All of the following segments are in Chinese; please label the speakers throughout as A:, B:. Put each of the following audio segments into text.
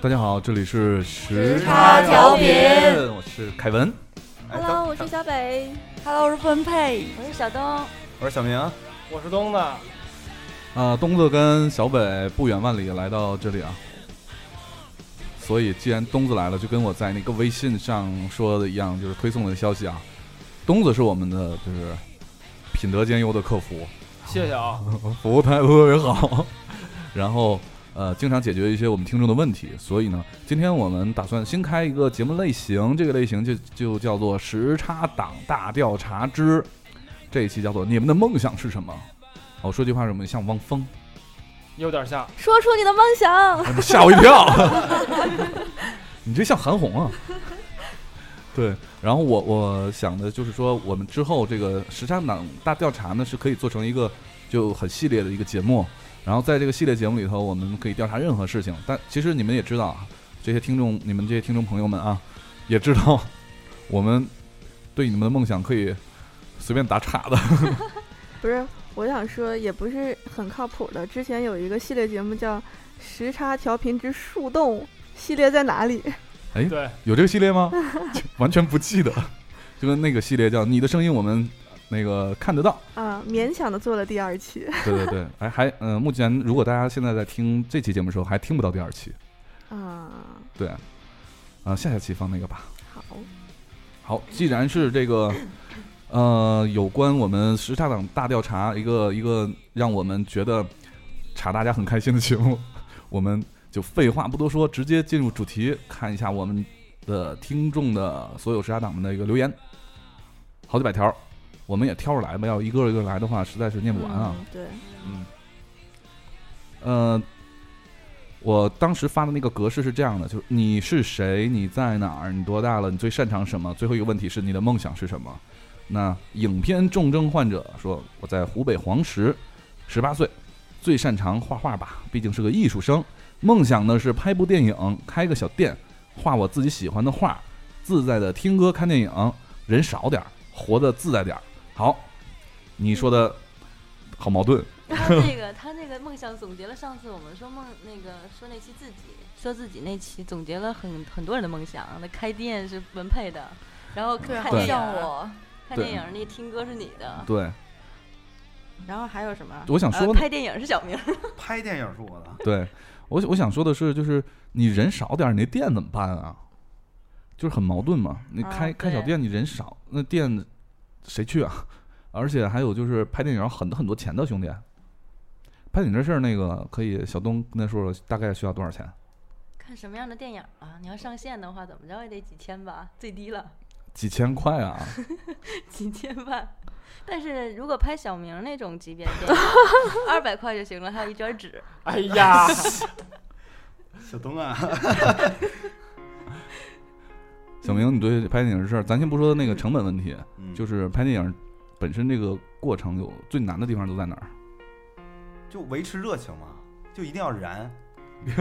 A: 大家好，这里是时
B: 差调频，
A: 我是凯文，哎
B: Hello，我是小北，
C: Hello，我是分配。
B: 我是小东。
A: 我是小明啊、
D: 我是东子，
A: 呃东子跟小北不远万里来到这里啊，所以既然东子来了，就跟我在那个微信上说的一样，就是推送的消息啊，东子是我们的就是品德兼优的客服，
D: 谢谢啊。
A: 服务态度特别好， 然后呃，经常解决一些我们听众的问题。所以呢，今天我们打算新开一个节目类型，这个类型就就叫做“时差党大调查之”，这一期叫做“你们的梦想是什么”。我说句话什么像汪峰，
D: 有点像，
B: 说出你的梦 想，
A: 哎吓我一跳，你这像韩红啊。对，然后我我想的就是说，我们之后这个时差党大调查呢，是可以做成一个就很系列的一个节目。然后在这个系列节目里头，我们可以调查任何事情。但其实你们也知道啊，这些听众，你们这些听众朋友们啊，也知道我们对你们的梦想可以随便打岔的。
E: 不是，我想说也不是很靠谱的。之前有一个系列节目叫《时差调频之树洞》，系列在哪里？
D: 对，
A: 有这个系列吗？完全不记得，就跟那个系列叫《你的声音我们那个看得到》。
E: 啊，勉强的做了第二期。
A: 对对对，哎还嗯、目前如果大家现在在听这期节目的时候，还听不到第二期，
E: 啊，
A: 对，啊、下下期放那个吧。
E: 好，
A: 好，既然是这个，呃，有关我们时差党大调查一个一个让我们觉得查大家很开心的节目，我们就废话不多说，直接进入主题，看一下我们的听众的所有时差党们的一个留言，好几百条，我们也挑着来吧，要一个一个来的话，实在是念不完啊。
E: 嗯对，
A: 嗯，呃，我当时发的那个格式是这样的，就是你是谁，你在哪儿，你多大了，你最擅长什么？最后一个问题是你的梦想是什么？那影片重症患者说我在湖北黄石，十八岁，最擅长画画吧，毕竟是个艺术生。梦想呢是拍部电影，开个小店，画我自己喜欢的画，自在的听歌看电影，人少点儿，活得自在点儿。好，你说的好矛盾，
F: 他那个他那个梦想总结了上次我们说梦那个说那期自己说自己那期总结了很很多人的梦想，那开店是文佩的，然后
C: 对
F: 看
A: 好
F: 电影
C: 像
F: 儿
C: 我。
F: 看
A: 对
F: 电影儿那听歌是你的，
A: 对。
C: 然后还有什么？
A: 我想
F: 呃
A: 说，
F: 拍电影儿是小明儿，
G: 拍电影是我 的，
A: 对我我想说的是，就是你人少点儿，你那店怎么办啊？就是很矛盾嘛。你
C: 啊
A: 开、开小
F: 对
A: 店，你人少，那店谁去啊？ 而且还有就是拍电影要很多很多钱的，兄弟。啊拍你这事儿，那个可以，小东跟他说说，大概需要多少钱？
F: 看什么样的电影儿啊？你要上线的话，怎么着也得几千吧，最低了
A: 几千块 啊？
F: 几千 万。但是如果拍小明儿那种级别的电 影，二百块就行了，还有一卷纸。
D: 哎呀，
G: 小东啊，
A: 小明，你对拍电影的事儿，咱先不说那个成本问题，
G: 嗯
A: 就是拍电影本身这个过程有最难的地方都在哪儿？
G: 就维持热情嘛，就一定要燃。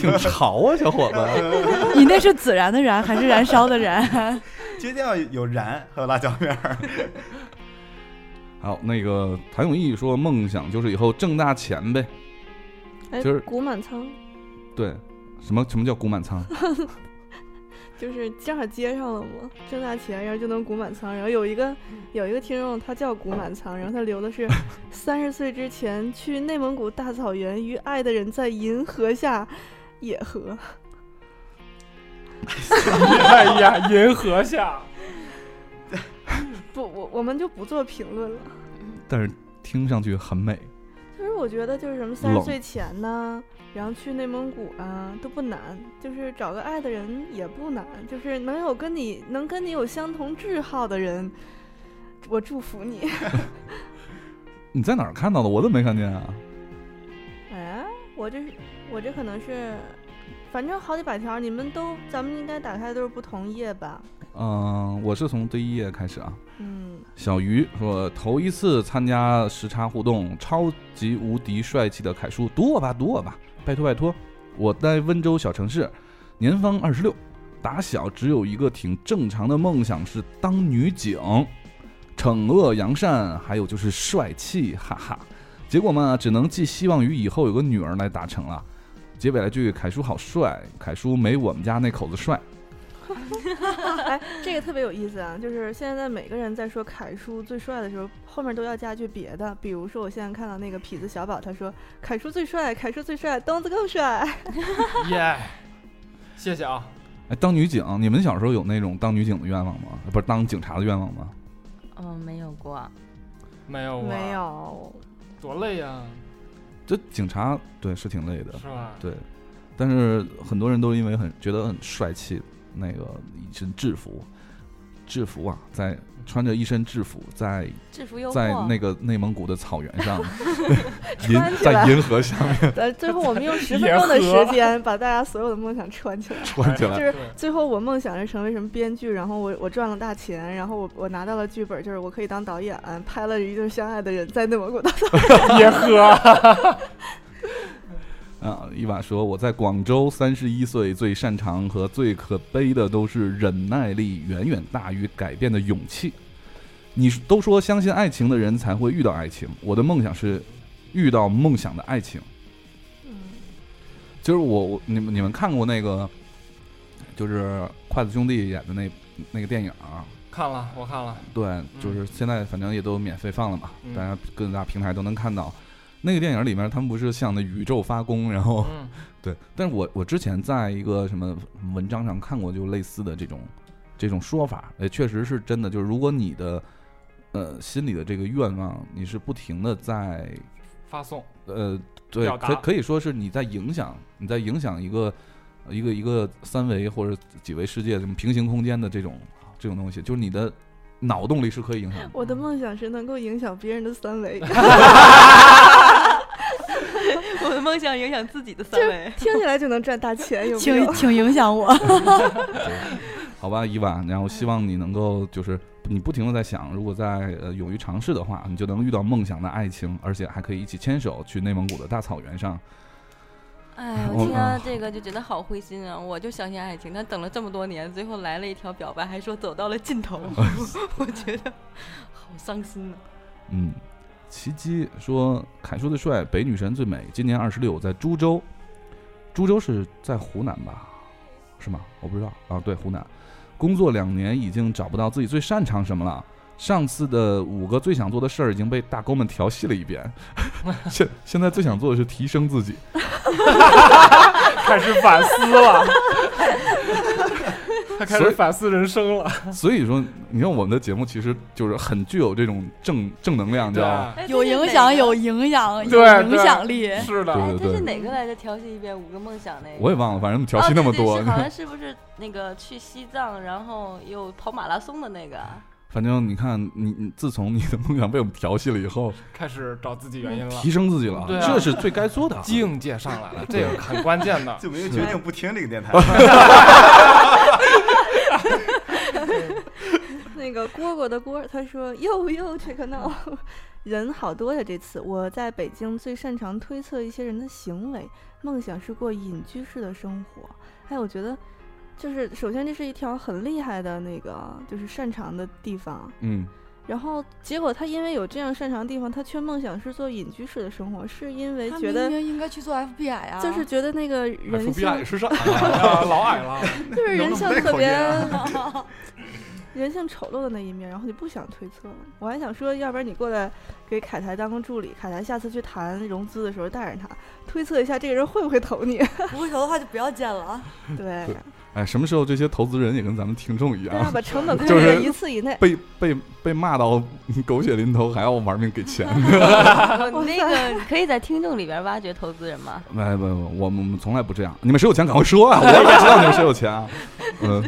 A: 挺潮啊，小伙子。
C: 你那是孜然的燃还是燃烧的燃？
G: 就一定要有燃，还有辣椒 面儿。
A: 好，那个谭咏麟说，梦想就是以后挣大钱呗。
E: 哎，
A: 就是
E: 古满仓，
A: 对，什么什么叫股满仓？
E: 就是正好接上了嘛，挣大钱，然后就能古满仓。然后有一个
C: 嗯
E: 有一个听众，他叫古满仓，然后他留的 是三十岁之前去内蒙古大草原与爱的人在银河下野合。
D: 哎呀，银河下，
E: 不，我我们就不做评论了。
A: 但是听上去很美。
E: 就是我觉得就是什么三十
A: 冷
E: 岁前呢，然后去内蒙古啊都不难，就是找个爱的人也不难，就是能有跟你能跟你有相同志好的人，我祝福你。
A: 你在哪儿看到的？我怎么没看见啊？
E: 哎，我这是我这可能是，反正好几百条，你们都咱们应该打开的都是不同页吧？
A: 嗯、我是从第一页开始啊。
E: 嗯，
A: 小鱼说，头一次参加时差互动，超级无敌帅气的凯叔，读我吧，读我吧，拜托拜托。我在温州小城市，年方二十六，打小只有一个挺正常的梦想是当女警，惩恶扬善，还有就是帅气，哈哈。结果嘛，只能寄希望于以后有个女儿来达成了。结尾来句“凯叔好帅”，凯叔没我们家那口子帅。
E: 哎这个特别有意思啊！就是现在每个人在说凯叔最帅的时候，后面都要加句别的，比如说我现在看到那个痞子小宝，他说凯叔最帅，凯叔最帅，东子更帅。
D: 耶，谢谢啊。
A: 哎，当女警，你们小时候有那种当女警的愿望吗？不是当警察的愿望吗？
F: 嗯，没有过，
D: 没有啊，
E: 没，有，
D: 多累呀、
A: 这警察对是挺累的，
D: 是吧？
A: 对，但是很多人都因为很觉得很帅气，那个一身制服，制服啊，在穿着一身制服在
F: 制服诱惑。
A: 在那个内蒙古的草原上， 银
E: 穿起
A: 在
E: 来
A: 银河上面
E: 呃，最后我们用十分
D: 野
E: 钟的
D: 合
E: 时间把大家所有的梦想串起来。
A: 穿 起
D: 哎
E: 就
A: 来，
E: 是最后我梦想是成为什么编剧，然后我我赚了大钱，然后我我拿到了剧本，就是我可以当导演，拍了一对相爱的人在内蒙古大草
D: 别喝，
A: 啊，伊娃说我在广州三十一岁，最擅长和最可悲的都是忍耐力远远大于改变的勇气。你是都说相信爱情的人才会遇到爱情，我的梦想是遇到梦想的爱情。就是我我你们你们看过那个，就是筷子兄弟演的那那个电影啊？
D: 看了，我看了，
A: 对，就是现在反正也都免费放了嘛，
D: 嗯
A: 大家各大平台都能看到。那个电影里面，他们不是向那宇宙发功，然后
D: 嗯，
A: 对，但是我我之前在一个什么文章上看过，就类似的这种这种说法，呃，确实是真的。就是如果你的呃心里的这个愿望，你是不停的在
D: 发送，
A: 呃，对
D: 表，达
A: 可可以说是你在影响，你在影响一个呃一个一个三维或者几维世界什么平行空间的这种这种东西，就是你的脑动力是可以影响的。
E: 我的梦想是能够影响别人的三维，
F: 我的梦想影响自己的三维。
E: 听起来就能赚大钱，有没
C: 请
E: 有？
C: 请影响我。
A: 好吧，伊娃，然后希望你能够就是你不停的在想，如果在呃勇于尝试的话，你就能遇到梦想的爱情，而且还可以一起牵手去内蒙古的大草原上。
F: 哎，
A: 我
F: 我听到这个就觉得好灰心啊！我就相信爱情，但等了这么多年，最后来了一条表白，还说走到了尽 头，我觉得好伤心啊！
A: 嗯，奇迹说凯叔最帅，北女神最美，今年二十六，在株洲。株洲是在湖南吧？是吗？我不知道啊。对，湖南，工作两年已经找不到自己最擅长什么了。上次的五个最想做的事儿已经被大哥们调戏了一遍，现现在最想做的是提升自己。
D: 开始反思了，他开
A: 所
D: 始
A: 以
D: 反思人生了，
A: 所以说，你看我们的节目其实就是很具有这种正正能量，你知道吗？
F: 哎
C: 有
F: 这是
C: 影
F: 哪
C: 响，
F: 个
C: 有影响，有
D: 对
C: 影
D: 对
C: 响力。
D: 是的，
A: 对
F: 哎，这
A: 对
F: 是
A: 对，
F: 哪个来着？调戏一遍五个梦想那个？
A: 我也忘了，反正调戏那么多
F: 哦、对对，是好像是不是那个去西藏，然后又跑马拉松的那个？啊
A: 反正你看，你你自从你的梦想被我们调戏了以后，
D: 开始找自己原因了
A: 提，升自己了，
D: 对啊
A: 这是最该做的。
D: 境界上来了，这个很关键 的。
G: 就没有决定不听这 个电台。
E: 那个蝈蝈的蝈，他说又又 check now，人好多呀。这次我在北京最擅长推测一些人的行为，梦想是过隐居式的生活。哎，我觉得就是首先这是一条很厉害的那个就是擅长的地方，
A: 嗯，
E: 然后结果他因为有这样擅长的地方，他却梦想是做隐居式的生活，是因为觉得。
C: 应该去做 FBI 啊
E: 就是觉得那个
D: 哎
E: 人性，
D: 是啥？哎老矮了，
E: 就是人
G: 能
E: 性
G: 不能戴
E: 特
G: 口
E: 别
G: 音
E: 人性丑陋的那一面，然后就不想推测了。我还想说，要不然你过来给凯台当个助理，凯台下次去谈融资的时候带着他推测一下这个人会不会投你。
C: 不会投的话就不要见了啊。
E: 对，
A: 哎，什么时候这些投资人也跟咱们听众一
E: 对啊，
A: 样，
E: 把成本控
A: 就
E: 制在
A: 是
E: 一次以内。
A: 被被被骂到狗血淋头，还要玩命给钱？
F: 我哦那个你可以在听众里边挖掘投资人吗？
A: 没没没，我们我们从来不这样。你们谁有钱赶快说啊！我哪知道你们谁有钱啊？嗯，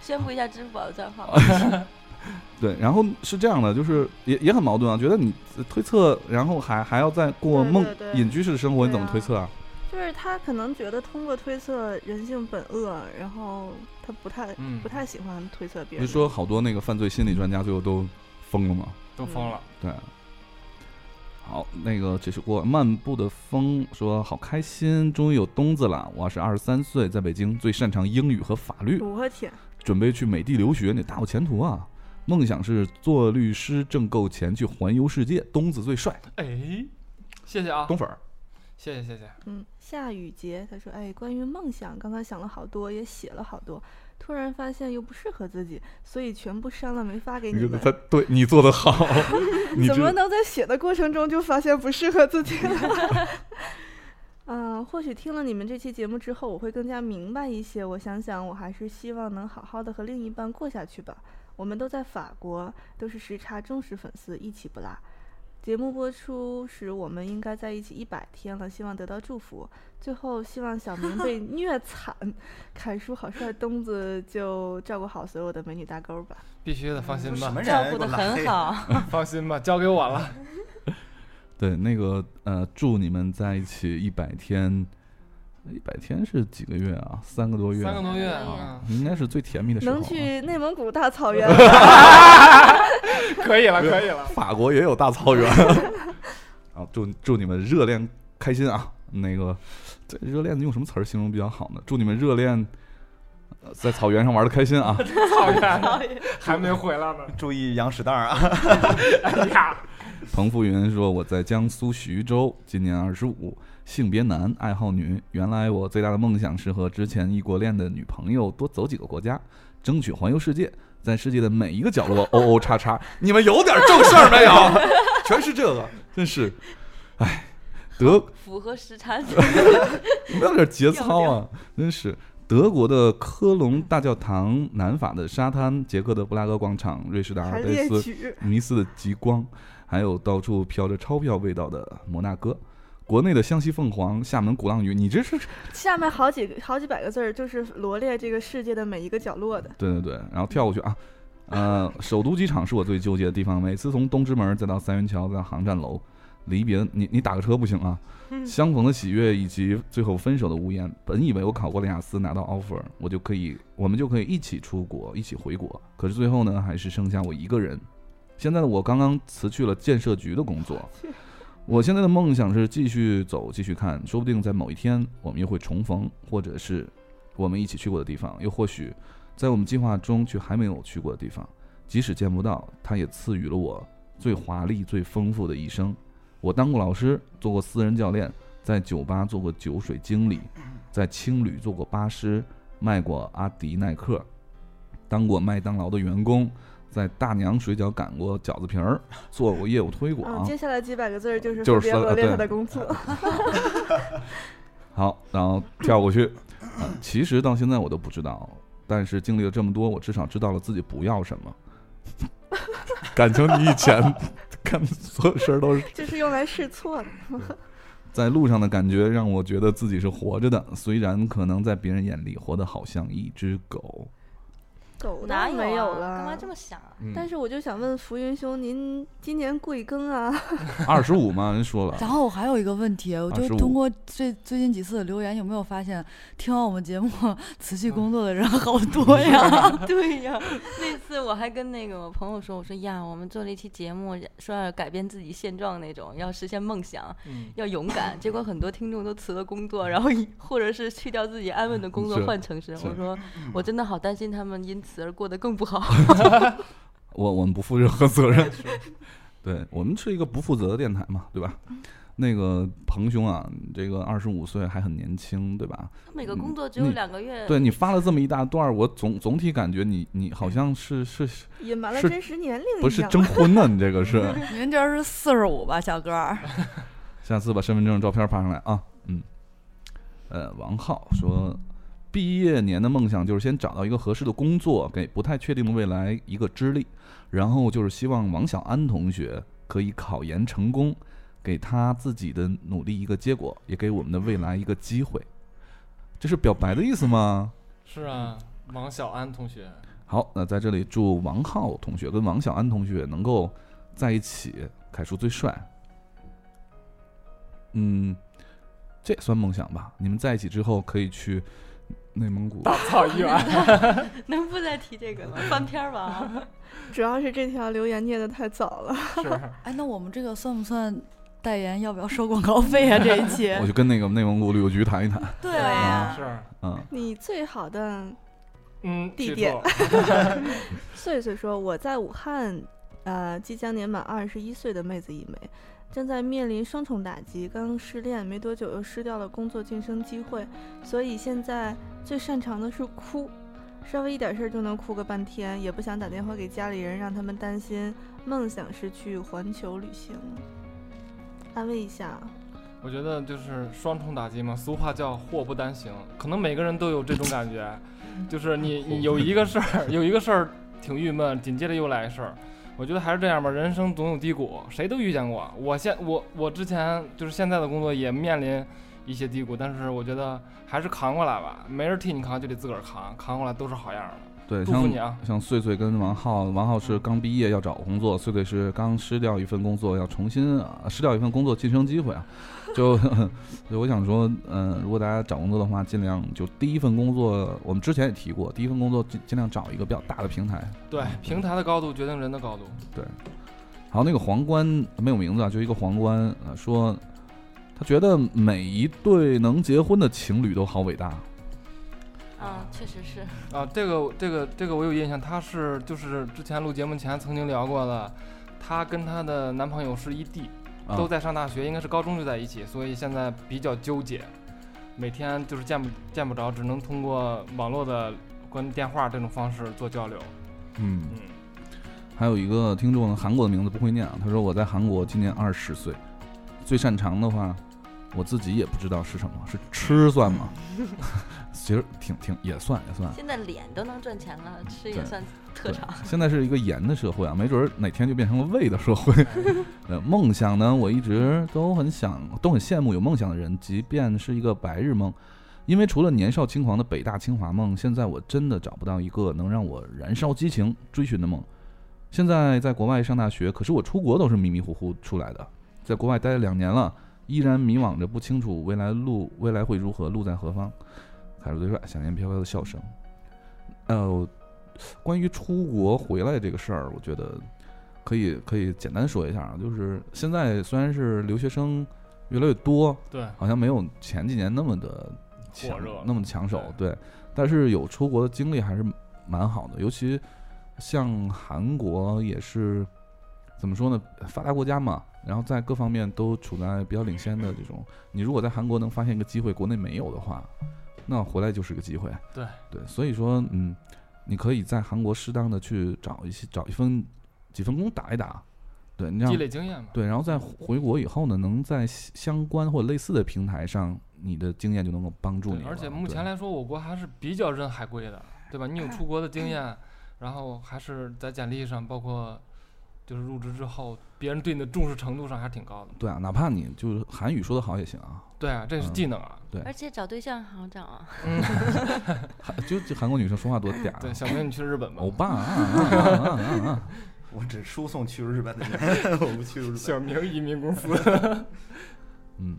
F: 宣布一下支付宝的账 号。
A: 对，然后是这样的，就是也也很矛盾啊，觉得你推测，然后还还要再过
E: 对
A: 梦
E: 对对
A: 隐居式的生活，你
E: 对
A: 怎么
E: 啊
A: 推测啊？
E: 就是他可能觉得通过推测人性本恶，然后他不太
D: 嗯
E: 不，太喜欢推测啊别
A: 不是
E: 人。
A: 说好多那个犯罪心理专家最后都疯了吗？
D: 都疯了，
A: 对。好，那个这是我漫步的风说，好开心，终于有冬子了。我是二十三岁，在北京，最擅长英语和法律，
E: 我天，
A: 准备去美的留学，你大有前途啊！梦想是做律师，挣够钱去环游世界。冬子最帅，
D: 哎，谢谢啊，
A: 冬粉儿，
D: 谢谢谢谢，
E: 嗯，夏雨洁他说：“哎，关于梦想，刚刚想了好多，也写了好多，突然发现又不适合自己，所以全部删了，没发给
A: 你
E: 你
A: 觉得
E: 们。
A: 他对你做的 好， 你
E: 怎
A: 知
E: 么能在写的过程中就发现不适合自己了？ 嗯、或许听了你们这期节目之后，我会更加明白一些。我想想，我还是希望能好好的和另一半过下去吧。我们都在法国，都是时差忠实粉丝，一起不落。节目播出时，我们应该在一起一百天了，希望得到祝福。最后，希望小明 被虐惨，凯叔好帅东子就照顾好所有的美女大钩吧。
D: 必须的，放心
G: 什
D: 吧，
G: 么人
F: 照
G: 给
F: 顾
G: 我
F: 的
G: 拉
F: 很
G: 黑，
A: 哎
F: 好，
D: 放心吧，交给我了。
A: 对那个呃，祝你们在一起一百天，一百天是几个月啊？三个多月，
D: 三个多月
F: 三个多月
D: 啊，
A: 应该是最甜蜜的时候啊。
E: 能去内蒙古大草原
D: 嗯可以了，可以了。
A: 法国也有大草原 啊！祝祝你们热恋开心啊！那个，这热恋用什么词儿形容比较好呢？祝你们热恋呃在草原上玩的开心啊！
D: 草原还没回来呢，
G: 注意羊屎蛋儿啊！
D: 哎呀，
A: 彭富云说：“我在江苏徐州，今年二十五，性别男，爱好女。原来我最大的梦想是和之前异国恋的女朋友多走几个国家，争取环游世界，在世界的每一个角落哦哦叉叉。你们有点正事儿没有？
G: 全是这个，
A: 真是，哎，德
F: 符合时差。
A: 你们有点节操啊，真是。”德国的科隆大教堂、南法的沙滩、捷克的布拉格广场、瑞士的阿
E: 还
A: 尔
E: 列
A: 卑斯
E: 举。
A: 尼斯的极光，还有到处飘着钞票味道的摩纳哥，国内的湘西凤凰、厦门鼓浪屿，你这是
E: 下面好几个好几百个字儿，就是罗列这个世界的每一个角落的。
A: 对对对，然后跳过去啊，呃，首都机场是我最纠结的地方，每次从东直门再到三元桥，再到航站楼，离别你你打个车不行啊，相逢的喜悦以及最后分手的无言，本以为我考过了雅思，拿到 offer，我就可以，我们就可以一起出国，一起回国，可是最后呢，还是剩下我一个人。现在的我刚刚辞去了建设局的工作，我现在的梦想是继续走，继续看，说不定在某一天我们又会重逢，或者是我们一起去过的地方，又或许在我们计划中却还没有去过的地方。即使见不到，它也赐予了我最华丽、最丰富的一生。我当过老师，做过私人教练，在酒吧做过酒水经理，在青旅做过巴师，卖过阿迪耐克，当过麦当劳的员工，在大娘水饺擀过饺子皮儿，做过业务推广。
E: 嗯，接下来几百个字儿就是
A: 啊就是
E: 分别
A: 说
E: 罗
A: 呃
E: 列
A: 对
E: 他的工作。
A: 好，然后跳过去。呃其实到现在我都不知道，但是经历了这么多，我至少知道了自己不要什么。 感情你以前干所有事儿都是
E: 就是用来试错的。
A: 在路上的感觉，让我觉得自己是活着的，虽然可能在别人眼里活得好像一只狗。
E: 狗
F: 哪
E: 当然没
F: 有
E: 有
F: 啊干嘛
E: 了
F: 这？么想啊？
A: 嗯
E: 但是我就想问浮云兄，您今年贵庚啊？
A: 二十五嘛，人说了，
C: 然后我还有一个问题，我就
A: 25
C: 通过最最近几次的留言，有没有发现听完我们节目 辞去工作的人好多呀？
F: 对呀， 那次我还跟那个我朋友说，我说呀，我们做了一期节目，说要改变自己现状那种，要实现梦想，
D: 嗯，
F: 要勇 敢。结果很多听众都辞了工作，然后一或者是去掉自己安稳的工作
A: 是
F: 换城市。
A: 是嗯
F: 我说我真的好担心他们因此而过得更不好。
A: 我我们不负任何责任。对我们是一个不负责的电台嘛，对吧？那个彭兄啊，你这个二十五岁还很年轻，对吧？
F: 每个
A: 嗯
F: 工作只有
A: 你
F: 两个 月，
A: 对你发了这么一大段儿，我总总体感觉你你好像是是是
E: 隐瞒了
A: 是
E: 真实年龄一样。
A: 不是征婚呢？你这个是，
C: 您这是四十五吧，小哥 儿？
A: 下次把身份证照片发上来啊。嗯，呃，王浩说，毕业年的梦想就是先找到一个合适的工作，给不太确定的未来一个支力，然后就是希望王小安同学可以考研成功，给他自己的努力一个结果，也给我们的未来一个机会。这是表白的意思吗？
D: 是啊，王小安同学，
A: 好，那在这里祝王浩同学跟王小安同学能够在一起，凯叔最帅。嗯，这也算梦想吧。你们在一起之后可以去内蒙古。
D: 大草原，
F: 能不再提这个了？翻篇儿吧 啊。
E: 主要是这条留言念得太早了。
D: 是
C: 哎，那我们这个算不算代言？要不要收广告费 啊？这一期？
A: 我就跟那个内蒙古旅游局谈一谈。
C: 对
A: 啊
C: 啊，
D: 是，
A: 嗯，
E: 你最好的
D: 嗯，
E: 地
D: 记
E: 点
D: 住
E: 岁岁说我在武汉，呃，即将年满二十一岁的妹子一枚。正在面临双重打击，刚失恋没多久又失掉了工作晋升机会，所以现在最擅长的是哭，稍微一点事儿就能哭个半天，也不想打电话给家里人让他们担心，梦想是去环球旅行，安慰一下。
D: 我觉得就是双重打击嘛，俗话叫祸不单行，可能每个人都有这种感觉，就是你你有一个事儿， 有一个事儿挺郁闷，紧接着又来事儿。我觉得还是这样吧，人生总有低谷，谁都遇见过。我现我我之前就是现在的工作也面临一些低谷，但是我觉得还是扛过来吧，没人替你扛就得自个儿扛，扛过来都是好样的。
A: 对，
D: 祝福
A: 像
D: 你啊！
A: 像穗穗跟王浩，王浩是刚毕业要找工作，穗穗是刚失掉一份工作要重新啊失掉一份工作晋升机会啊。就 就我想说，嗯、如果大家找工作的话，尽量就第一份工作，我们之前也提过，第一份工作尽尽量找一个比较大的平台。
D: 对，平台的高度决定人的高度。
A: 还有那个皇冠没有名字啊，就一个皇冠，呃，说他觉得每一对能结婚的情侣都好伟大。
F: 啊，确实是，
D: 啊，这个这个这个我有印象，她是就是之前录节目前曾经聊过的，她跟她的男朋友是异地，
A: 啊
D: 都在上大学，应该是高中就在一起，所以现在比较纠结，每天就是见不见不着，只能通过网络的关电话这种方式做交流。
A: 嗯
D: 嗯，
A: 还有一个听众，韩国的名字不会念啊，他说我在韩国今年二十岁，最擅长的话，我自己也不知道是什么，是吃算吗？ 其实挺挺也算也算，
F: 现在脸都能赚钱了，吃
A: 对
F: 也算特
A: 对
F: 长。
A: 现在是一个盐的社会啊，没准儿哪天就变成了胃的社会。 呃，梦想呢，我一直都很想，都很羡慕有梦想的人，即便是一个白日梦。因为除了年少轻狂的北大清华梦，现在我真的找不到一个能让我燃烧激情追寻的梦。现在在国外上大学，可是我出国都是迷迷糊糊出来的，在国外待了两年了，依然迷惘着，不清楚未来路未来会如何，路在何方。凯叔最帅，想念飘飘的笑声。呃，关于出国回来这个事儿，我觉得可以可以简单说一下啊，就是现在虽然是留学生越来越多，
D: 对，
A: 好像没有前几年那么的强
D: 火热了
A: 那么抢手，对，但是有出国的经历还是蛮好的，尤其像韩国也是怎么说呢，发达国家嘛，然后在各方面都处在比较领先的这种，你如果在韩国能发现一个机会，国内没有的话，那回来就是个机会，
D: 对
A: 对，所以说嗯，你可以在韩国适当的去找一些找一份几份工打一打，对，你让
D: 积累经验嘛。
A: 对，然后再回国以后呢，能在相相关或类似的平台上，你的经验就能够帮助
D: 对
A: 你了。
D: 而且目
A: 对
D: 前来说，我国还是比较认海归的，对吧？你有出国的经验，然后还是在简历上，包括就是入职之后，别人对你的重视程度上还是挺高的。
A: 对啊，哪怕你就是韩语说的好也行啊，
D: 对啊，这是技能啊。
F: 而且找对象好找啊，
A: 韩就就韩国女生说话多嗲、
D: 对，
A: 啊，
D: 小明，你去日本吧
A: 欧。巴啊啊啊啊啊啊啊！
G: 我只输送去日本的人， 我不去日本。
D: 小明移民公司，
A: 嗯，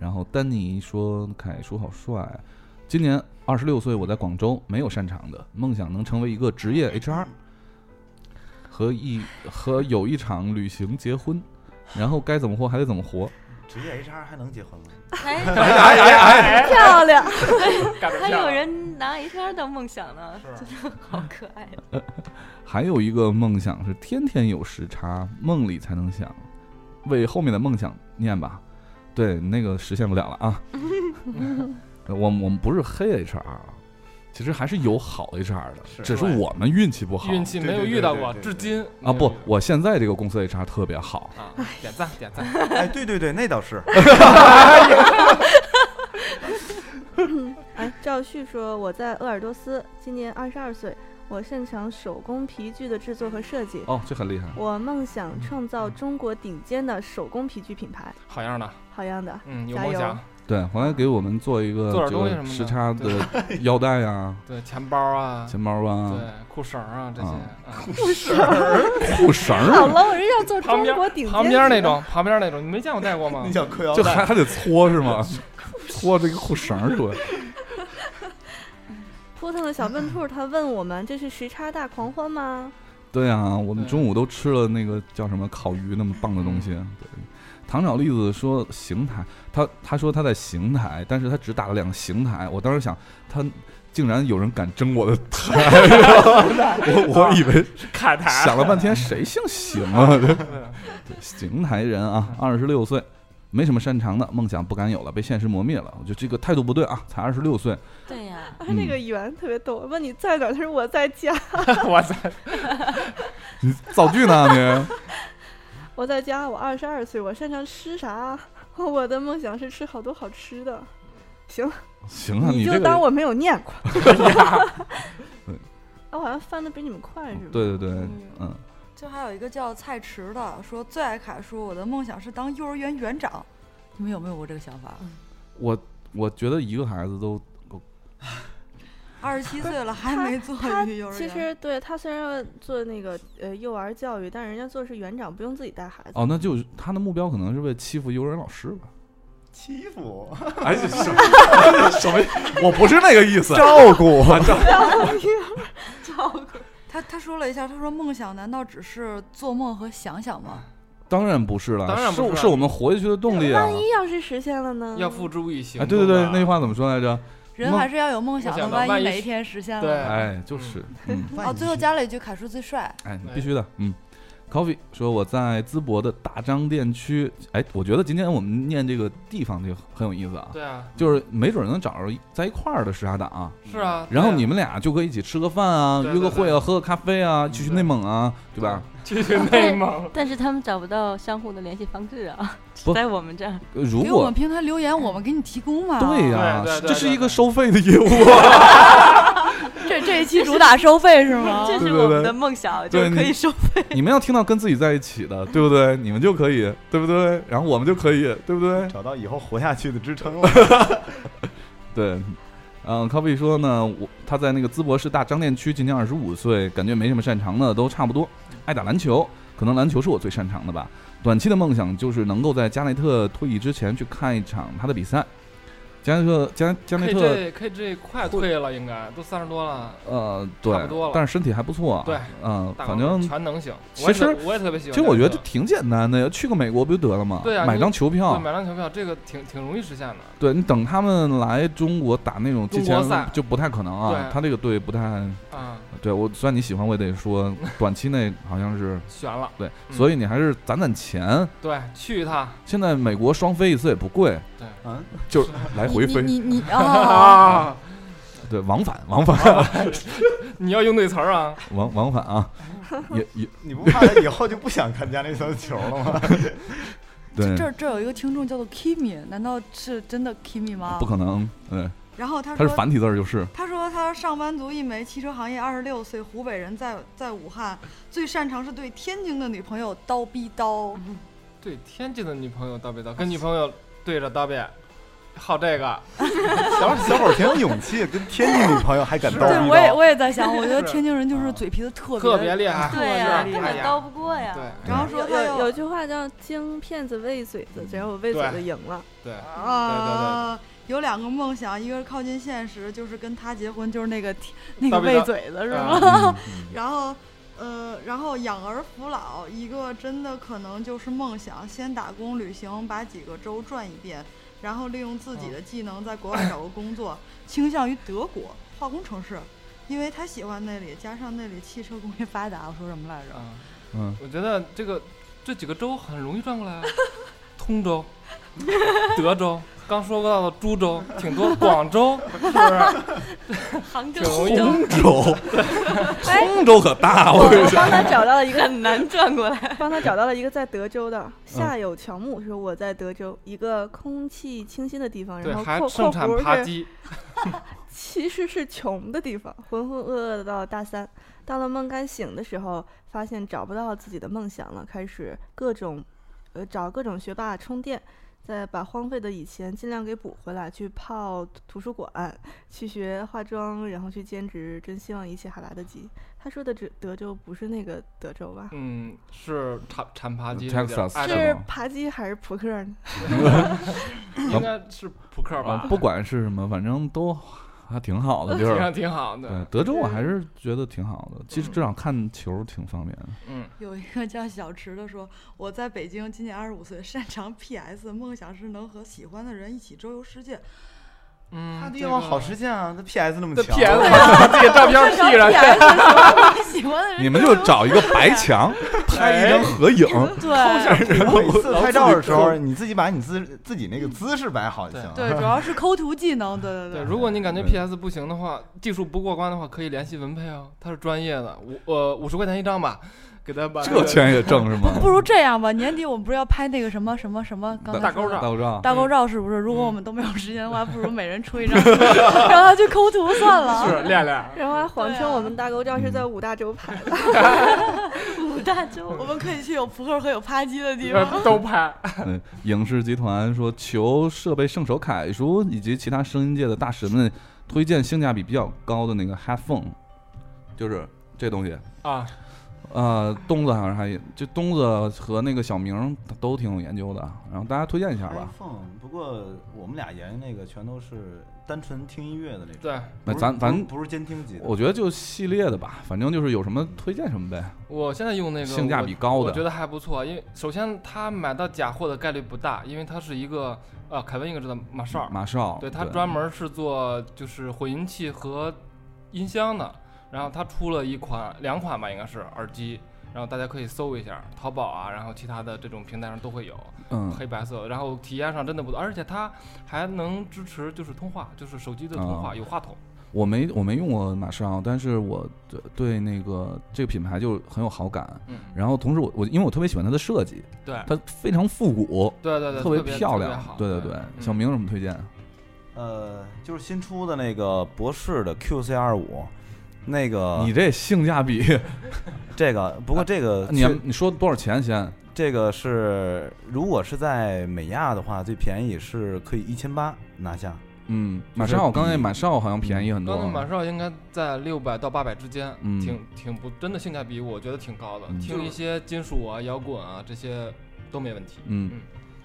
A: 然后丹尼说：“凯叔好帅，啊今年二十六岁，我在广州，没有擅长的，梦想能成为一个职业 HR，和一和有一场旅行结婚，然后该怎么活还得怎么活。”
G: 职业 HR 还能结婚吗？
F: 还
E: 啊
B: 漂亮，
D: 干得
F: 哎还有
D: 漂亮
F: 人拿 HR 当梦想呢，
D: 是
F: 好可爱。啊
A: 还有一个梦想是天天有时差，梦里才能想，为后面的梦想念吧。对，那个实现不了了 啊。我我们不是黑 HR，啊其实还是有好 HR 的，
G: 是
A: 只是我们运气不好。
D: 运气
G: 对
D: 没有
G: 对
D: 遇
G: 对
D: 到
G: 对
D: 过，
G: 对
D: 至
G: 对
D: 今
A: 啊
D: 没有
A: 不
D: 遇到，过
A: 我现在这个公司 HR 特别好，
D: 啊，点赞点赞，
G: 哎，对对对，那倒 是。
E: 哎，赵旭说我在鄂尔多斯，今年二十二岁，我擅长手工皮具的制作和设计。
A: 哦，这很厉害。
E: 我梦想创造中国顶尖的手工皮具品牌。
D: 好样的，
E: 好样的，
D: 嗯，有
E: 加
D: 梦
E: 油
D: 想，
A: 对，回来给我们做一个
D: 做点
A: 这
D: 东西什
A: 个
D: 么的
A: 时差的 腰带啊、
D: 对，钱包啊，
A: 钱包啊、
D: 对，裤绳儿啊这些
A: 啊，
D: 啊
A: 裤绳儿
E: 好
A: 啊，
E: 了，我这要做
D: 旁
E: 中
D: 边
E: 国顶尖。
D: 旁边那，种，旁边那种，你没见我戴过吗
G: 你？想嗑药
A: 就还还得搓是吗？搓这个裤绳儿出来。
E: 扑腾的小笨兔，他问我们这是时差大狂欢吗？
A: 对啊，我们
D: 对
A: 中午都吃了那个叫什么烤鱼那么棒的东西。对，糖炒栗子说邢台，他他说他在邢台，但是他只打了两个邢台。我当时想，他竟然有人敢争我的台，我我以为
D: 是卡台
A: 想了半天谁姓邢啊？邢台人啊，二十六岁，没什么擅长的，梦想不敢有了，被现实磨灭了。我觉得这个态度不对啊，才二十六岁，
F: 对呀、
E: 他啊那个圆特别逗，问你在哪儿？他说我在家，
D: 我在
A: 你造句呢
E: 我在家，我二十二岁，我擅长吃啥？我的梦想是吃好多好吃的。行，
A: 你？ 行啊，
E: 你
A: 这
E: 就当
A: 个
E: 我没有念过。啊
A: 嗯
E: 我好像翻的比你们快是吧？
A: 对对对，嗯，
C: 就还有一个叫蔡池的说最爱卡叔，我的梦想是当幼儿园园长。你们有没有过这个想法？
A: 我我觉得一个孩子都
C: 二十七岁了还
E: 他
C: 没 做
E: 他
C: 育幼儿园，
E: 其实对他虽然做那个呃幼儿教育，但人家做的是园长，不用自己带孩子。
A: 哦，那就是他的目标可能是为欺负幼儿园老师吧？
G: 欺负我，
C: 哦
A: 哎，什么什么？我不是那个意思，啊
H: 照顾我，
C: 他他说了一下，他说梦想难道只是做梦和想想吗？
A: 当然不是了，
D: 当然不是
A: 是
D: 啊
A: 是我们活下去的动力啊
E: 万！一要是实现了呢？
D: 要付诸于行
A: 哎，
D: 动的。啊
A: 对对对，那句话怎么说来着？
C: 人
A: 梦
C: 还是要有梦想
D: 想
C: 的，
D: 的万
C: 一
D: 一
C: 哪一
D: 是
C: 天实现
D: 对
C: 了。
A: 哎，就是，嗯，
C: 哦，最后加了一句：“卡叔最帅。
A: 哎，必须的，嗯。Coffee 说我在淄博的大张店区，哎，我觉得今天我们念这个地方就很有意思啊，
D: 对啊，
A: 就是没准能找着一在一块儿的时差党、
D: 是啊。
A: 嗯然后
D: 对啊
A: 你们俩就可以一起吃个饭啊，
D: 对嗯
A: 约个
D: 对对
A: 会啊，喝个咖啡啊，去去内蒙啊，对吧？
D: 去去 内蒙，
F: 但是他们找不到相互的联系方式啊，
A: 不
F: 只在我们这儿。
A: 呃如
C: 给哎我
A: 果
C: 们平台留言，我们给你提供嘛。
A: 对呀、
D: 对对
A: 是
D: 对
A: 这是
D: 对
A: 一个
D: 对
A: 收费的业务啊，
C: 这这一期主打收费是吗？
A: 对
F: 这是
A: 对
F: 我们
A: 对
F: 的梦想，就
A: 对
F: 可
A: 你
F: 以说
A: 你们要听到跟自己在一起的，对不对？你们就可以，对不对？然后我们就可以，对不对？
H: 找到以后活下去的支撑了。
A: 对，嗯，Coffee 说呢，我他在那个淄博市大张店区，今年二十五岁，感觉没什么擅长的，都差不多，爱打篮球，可能篮球是我最擅长的吧。短期的梦想就是能够在加内特 退役之前去看一场他的比赛。加内特加加内特，
D: KJ KJ 快退了，应该都三十多了。
A: 呃，对
D: 差不多了，
A: 但是身体还不错，
D: 对，
A: 嗯、
D: 大
A: 反
D: 王
A: 正
D: 全能型，
A: 其
D: 我也特
A: 实
D: 我也特别喜欢
A: 其实
D: 这个。
A: 我觉得这挺简单的呀，去个美国不就得了吗？
D: 对啊
A: 买
D: 你
A: 张球票
D: 对，买张球票，这个挺挺容易实现的。
A: 对你等他们来中国打那种季前
D: 中国赛
A: 就不太可能啊，
D: 对
A: 他这个队不太。
D: 啊，
E: 嗯
A: 对我虽然你喜欢，我也得 说，短期内好像是
D: 悬了，
A: 对，
D: 嗯
A: 所以你还是攒攒钱。
D: 对，去一趟
A: 现在美国双飞一次也不贵，
D: 对，
G: 嗯，
A: 就是 来回
C: 你
A: 飞，
C: 你你 啊！
D: 啊！
A: 对，往返往返
D: 你要用对词儿啊，
A: 往往返啊，也 也
H: 你不怕他以后就不想看加内特的球了 吗？
A: 对，
C: 这这有一个听众叫做 Kimi，难道是真的 Kimi 吗？
A: 不可能，对，
C: 然啊后他
A: 它是
C: 说，
A: 繁体字儿就是，
C: 他说他上班族一枚，汽车行业，二十六岁，湖北人，在在武汉，最擅长是对天津的女朋友叨逼叨。
D: 对天津的女朋友叨逼叨，跟女朋友对着叨逼，好这个，
H: 小小伙挺有勇气，跟天津女朋友还敢
D: 是
G: 啊
H: 斗
C: 对，
H: 一
C: 我也
H: 斗。
C: 我也在想，我觉得
D: 是
C: 天津人
A: 啊
C: 就是嘴皮子特别
D: 特别厉害，
F: 对呀、
D: 呀，
F: 根本
D: 呀
F: 刀，不过呀。
D: 对
C: 然后说
E: 有有
C: 他要
E: 有句话叫“精骗子喂嘴子”，
D: 嗯
E: 只要我喂嘴子赢了，
D: 对，
C: 啊，有两个梦想，一个是靠近现实，就是跟他结婚，就是那个那
D: 大
C: 个
D: 背大
C: 喂嘴的是
D: 啊
C: 吗？
A: 嗯
C: 然后，呃，然后养儿扶老，一个真的可能就是梦想，先打工旅行，把几个州转一遍，然后利用自己的技能在国外找个工作，倾向于德国化工城市，因为他喜欢那里，加上那里汽车工业发达。我说什么来着？
D: 啊，
A: 嗯，
D: 我觉得这个这几个州很容易转过来啊，通州、 德州。刚说过到的株洲挺多，广 州是不是？
F: 杭州
D: 挺容易
F: 就
D: 的
A: 通州，通州可大，
D: 哎
A: 我跟你
E: 我
A: 说，
E: 帮他找到了一个
F: 很难转过来。
E: 帮他找到了一个在德州的
D: 嗯
E: 下有乔木，说我在德州一个空气清新的地方，
D: 对，
E: 然后
D: 还
E: 括
D: 盛
E: 括
D: 产扒
E: 弧是
D: 鸡，
E: 其实是穷的地方，浑浑噩噩的到大三，到了梦甘醒的时候，发现找不到自己的梦想了，开始各种，呃，找各种学霸充电，再把荒废的以前尽量给补回来，去泡图书馆，去学化妆，然后去兼职，真希望一切还来得及。他说的这德州不是那个德州吧？
D: 嗯，是产产扒鸡哎
A: Texas
D: 爱
A: 是
E: 是
A: 吗
E: 扒鸡还是扑克呢？
D: 应该是扑克吧？
E: 啊
A: 不管是什么，反正都还挺好的地
D: 挺
A: 儿。
D: 挺好
A: 对，
D: 的，
A: 德州我还是觉得挺好的，其实至少看球挺方便的。
D: 嗯，
C: 有一个叫小池的说，我在北京，今年二十五岁，擅长 PS，梦想是能和喜欢的人一起周游世界。
D: 嗯，
G: 他
D: 这
G: 地方
D: 个
G: 好实现啊，他 PS 那么
D: 这
G: 强
D: PS 把自己照片
A: 嗯
D: P 上去，
F: 喜欢
D: 嗯
F: 的人
A: 你们就找一个白 墙，拍一张合影，
F: 对，
H: 然后
G: 我每次拍照的时
H: 然后
G: 候，
H: 自己抠
G: 你自己把你自自己那个姿势摆好就行。
C: 对，主要是抠图技能，对对
D: 对，如果你感觉 PS 不行的话，技术不过关的话，可以联系文佩啊，他是专业的，五呃五十块钱一张吧，给他把
A: 这钱也挣是吗？
C: 不如这样吧，年底我们不是要拍那个什么什么什么，刚才
D: 大
C: 说
D: 高
C: 的
D: 照，
A: 到账。
C: 大
D: 嗯
C: 构照是不是？如果我们都没有时间的话，不如每人出一 张，让他去抠图算了。
D: 是 练练，
E: 然后还谎
F: 啊
E: 称我们大沟照是在
A: 嗯
E: 五大洲拍的。
F: 五大洲
C: 我们可以去有扑克和有啪叽的地方。
D: 呃都拍，
A: 嗯，影视集团说求设备圣手凯叔以及其他声音界的大神们推荐性价比比较高的那个 headphone，就是这东西。
D: 啊，
A: 呃，东子好像还就东子和那个小明他都挺有研究的，然后大家推荐一下吧。
G: iPhone，不过我们俩研究那个全都是单纯听音乐的那种。
D: 对
G: 不
A: 那
G: 是
A: 咱
G: 不是
A: 咱
G: 不是监听级的，
A: 我觉得就系列的吧，反正就是有什么推荐什么呗。
D: 我现在用那个
A: 性价
D: 我
A: 比高
D: 我
A: 的
D: 觉得还不错，因为首先他买到假货的概率不大，因为他是一个呃凯文应该知道马少，
A: 马少，
D: 对他专门是做就是混音器和音箱的，然后他出了一款两款吧，应该是耳机，然后大家可以搜一下，淘宝啊，然后其他的这种平台上都会有
A: 嗯
D: 黑白色的，然后体验上真的不错，而且它还能支持就是通话，就是手机的通话、
A: 啊
D: 有话筒，
A: 我没我没用过马上，但是我对对那个这个品牌就很有好感。
D: 嗯，
A: 然后同时我我因为我特别喜欢它的设计，
D: 对
A: 它非常复古，
D: 对哎对对，
A: 特
D: 别
A: 漂
D: 特别
A: 亮
D: 好。
A: 对
D: 对
A: 对，
D: 嗯
A: 小明有什么推荐？
G: 呃，就是新出的那个博士的 QC 二五，那个
A: 你这性价比，
G: 这个，不过这个
A: 你
G: 确
A: 你说多少钱先？
G: 这个是如果是在美亚的话，最便宜是可以一千八拿下。
A: 嗯，马
G: 就是
A: 上我
G: 比嗯
A: 刚才马上好像便宜很
D: 刚才马
A: 多。啊
D: 少应该在六百到八百之间，
A: 嗯
D: 挺挺不真的性价比，我觉得挺高的。
A: 嗯
D: 听一些金属啊、摇滚啊这些都没问题。
A: 嗯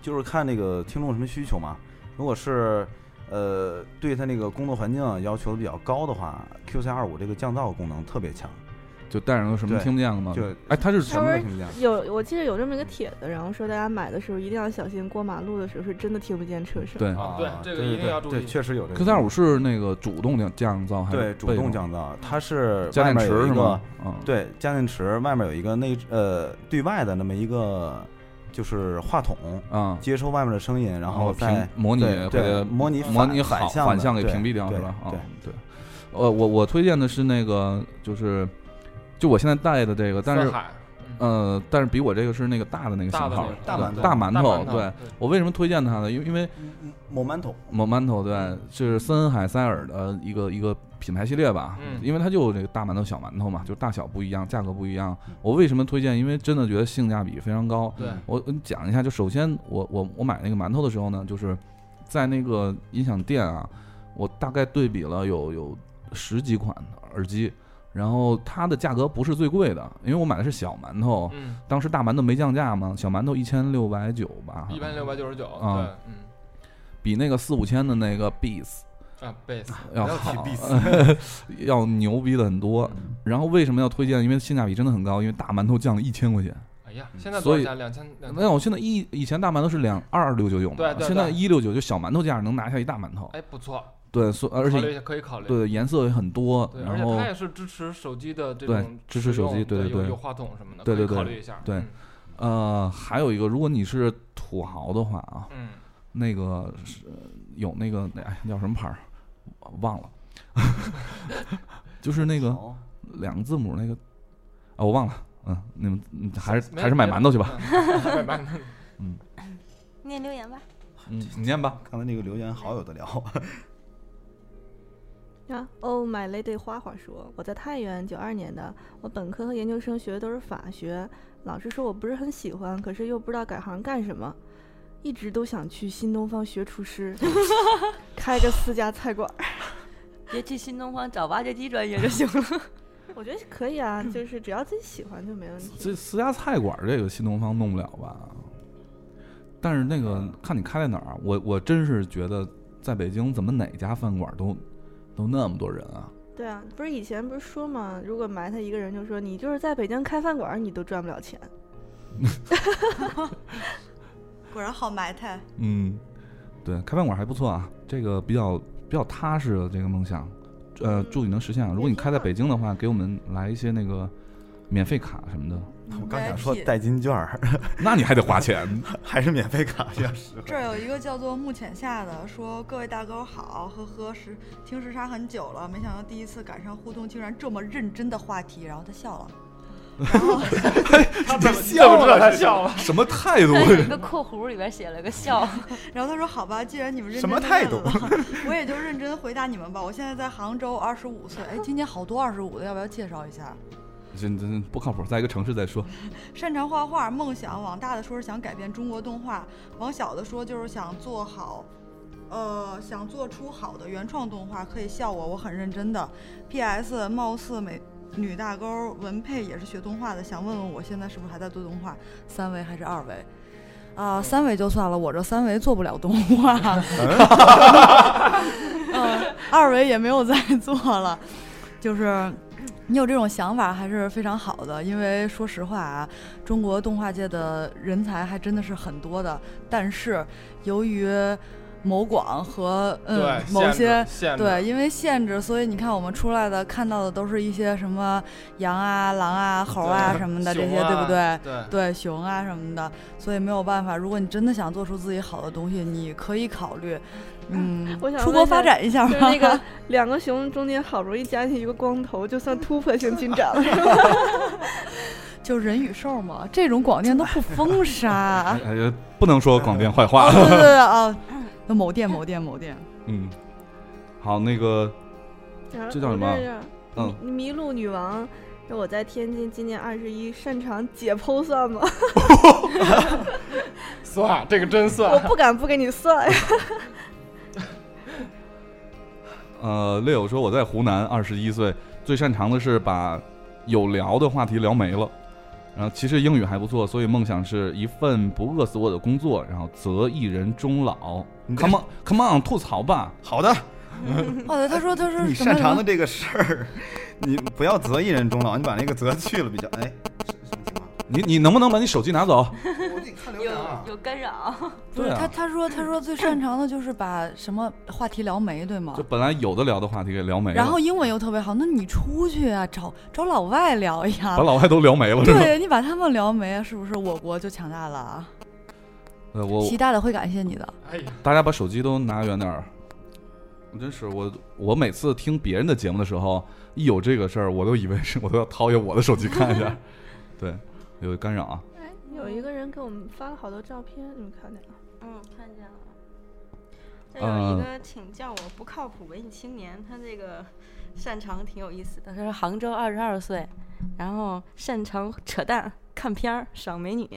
G: 就是看那个听众有什么需求嘛。如果是呃对他那个工作环境要求比较高的话，QC 二五这个降噪功能特别强，
A: 就戴上有什么
G: 对
A: 听不见了吗？
G: 就
A: 哎，它是什
E: 稍
A: 么
E: 微
G: 没听见。
E: 有，我记得有这么一个帖子，然后说大家买的时候一定要小心，过马路的时候是真的听不见车声。
A: 对
D: 啊对这个
G: 对
D: 一定要注
G: 对
D: 意
G: 对，确实有这个。
A: ？Q 三五是那个主动降降噪还是
G: 对主
A: 被动
G: 动降噪，它是
A: 加
G: 外
A: 电
G: 面
A: 池
G: 有一
A: 是
G: 个
A: 吗？嗯，
G: 对，加电池外面有一个内呃对外的那么一个就是话筒，
A: 啊，
G: 接收外面的声音，然后
A: 屏
G: 再
A: 模拟
G: 对
A: 或者
G: 对模拟
A: 模拟
G: 反
A: 好
G: 向
A: 反
G: 的
A: 向给
G: 对
A: 屏蔽掉
G: 对
A: 是吧？啊
G: 对，
A: 对。呃，我我推荐的是那个，就是就我现在戴的这个，但
D: 色
A: 是
D: 海嗯
A: 呃，但是比我这个是那个大的那个
D: 大
A: 型
D: 的
A: 号
D: 那个，
G: 大
A: 对
G: 馒头
A: 大
G: 大
A: 馒头。对嗯
D: 对，，
A: 我为什么推荐它呢？因为因为
G: 嗯某馒头，
A: Momento 对，是森海塞尔的一个一个品牌系列吧，
D: 嗯
A: 因为它就有这个大馒头、小馒头嘛，就大小不一样，价格不一样。
D: 嗯
A: 我为什么推荐？因为真的觉得性价比非常高。
D: 对
A: 我跟你讲一下，就首先我我我买那个馒头的时候呢，就是在那个音响店啊，我大概对比了有有十几款耳机，然后它的价格不是最贵的，因为我买的是小馒头，
D: 嗯，
A: 当时大馒头没降价嘛，小馒头一千六百九吧，
D: 一般六百九十九，对
A: 啊，
D: 嗯
A: 比那个四五千的那个 Beats
D: 啊贝斯，
A: 要
G: 不要提
A: 好
G: Beats
A: 要牛逼的很多。
D: 嗯
A: 然后为什么要推荐？因为性价比真的很高，因为大馒头降了一千块钱。
D: 哎呀，现在
A: 嗯所
D: 多
A: 以
D: 少价？两千两
A: 那我现在一以前大馒头是两二六九九嘛，
D: 对对
A: 现在
D: 对
A: 一六九就小馒头价能拿下一大馒头。
D: 哎不错，
A: 对，所而
D: 考
A: 且
D: 虑一下可以考虑。
A: 对颜色也很多，
D: 对，而
A: 然
D: 且
A: 后
D: 它也是支持手机的这
A: 对
D: 种
A: 支持手
D: 使用
A: 机对对
D: 有
A: 对
D: 有话筒什么的，
A: 对对
D: 可以考
A: 对
D: 虑一下。
A: 对
D: 嗯
A: 呃还有一个，如果你是土豪的话啊，
D: 嗯，
A: 那个是有那个那哎叫什么牌儿，我忘 了， 就是那个
G: 好
A: 两个字母那个啊我忘了，嗯，你们你还是
D: 没
A: 还是买馒头去吧，。
D: 嗯买馒 头，
F: 念留言吧。
A: 嗯，你念吧，
G: 刚才那个留言好有的聊，
E: 啊，哦、m y lady 花花说，我在太原，九二年的，我本科和研究生学的都是法学，老师说我不是很喜欢，可是又不知道改行干什么，一直都想去新东方学厨师， 开个私家菜馆儿。
F: 别去新东方找挖掘机专业就行了。
E: 我觉得可以啊，就是只要自己喜欢就没问题。
A: 这私家菜馆儿这个新东方弄不了吧？但是那个看你开在哪儿，啊我我真是觉得在北京怎么哪家饭馆都都那么多人啊？
E: 对啊，不是以前不是说嘛，如果埋汰一个人，就说你就是在北京开饭馆儿，你都赚不了钱。
C: 果然好埋汰，
A: 嗯，对，开饭馆儿还不错啊，这个比较比较踏实的这个梦想，呃，祝你能实现啊！如果你开在北京的话，给我们来一些那个免费卡什么的。
G: 我刚想说代金券儿，
A: 那你还得花钱，
G: 还是免费卡比较实惠。
C: 这儿有一个叫做木浅夏的，说各位大哥好，呵呵，时听时差很久了，没想到第一次赶上互动竟然这么认真的话题，然后他笑了，
D: 他怎么笑了？他笑 了。
A: 什么态度
F: 他？有一个括弧里边写了个笑，
C: 然后他说好吧，既然你们认
H: 什
C: 真
H: 么
C: 地
H: 态
C: 问
H: 度
C: 了 我也就认真回答你们吧。我现在在杭州，二十五岁，哎，今年好多二十五的，要不要介绍一下？
A: 这这这不靠谱，在一个城市再说。
C: 擅长画画，梦想往大的说是想改变中国动画，往小的说就是想做好，呃，想做出好的原创动画。可以笑我，我很认真的。P.S. 貌似美女大勾文佩也是学动画的，想问问我现在是不是还在做动画，三维还是二维？啊、三维就算了，我这三维做不了动画， 嗯，二维也没有再做了，就是。你有这种想法还是非常好的，因为说实话啊，中国动画界的人才还真的是很多的，但是由于某广和嗯
D: 对，
C: 某些
D: 限制
C: 对，因为限制，所以你看我们出来的看到的都是一些什么羊啊、狼啊、猴啊
D: 对
C: 什么的这
D: 熊
C: 些，
D: 啊
C: 对不对？
D: 对
C: 对熊啊什么的，所以没有办法。如果你真的想做出自己好的东西，你可以考虑，嗯
E: 我，想
C: 出
E: 问
C: 国
E: 一下
C: 发展一下
E: 就
C: 吧
E: 是。那个 两个熊中间好不容易加进一个光头，就算突破性进展了，是 吧？
C: 就人与兽嘛，这种广电都不封杀
A: 哎。哎，不能说广电坏话
C: 哦，。对对对啊，某店某店某店，
A: 嗯，好，那个，这叫什么
E: 我这儿
A: 嗯，
E: 迷迷路女王，那我在天津，今年二十一，擅长解剖算 吗？
D: 算这个真
E: 我
D: 算。
E: 不敢不给你算呀。
A: 呃，猎友说我在湖南，二十一岁，最擅长的是把有聊的话题聊没了。然后其实英语还不错，所以梦想是一份不饿死我的工作，然后择一人终老。
H: 你这
A: Come on, come on，吐槽吧。
H: 好的，
C: 哦对，他说他说
H: 你
C: 什么
H: 擅
C: 什
H: 长
C: 么
H: 的这个事儿， 你不要择一人终老，你把那个择去了比较。哎，什什么情况？
A: 你你能不能把你手机拿走？
H: 我得看啊
F: 有
D: 啊
F: 有干扰，
C: 不
A: 对
C: 是他
A: 啊，
C: 他说他说最擅长的就是把什么话题聊没对吗
A: 就？本来有的聊的话题给聊没了，
C: 然后英文又特别好，那你出去啊，找找老外聊呀
A: 把。老外都聊没了，是吧？
C: 对你把他们聊没啊，是不是我国就强大了啊？
A: 呃，我
C: 习大大会感谢你的。
D: 哎呀，
A: 大家把手机都拿远点儿。真是我，我每次听别人的节目的时候，一有这个事儿，我都以为是我 都要掏下我的手机看一 下。对，有干扰啊。
E: 有一个人给我们发了好多照片，你们看见啊了？
F: 嗯，看见了。这
A: 呃
F: 有一个，请叫我不靠谱文艺青年，他这个擅长挺有意思的。他是杭州二十二岁，然后擅长扯淡、看片儿、赏美女，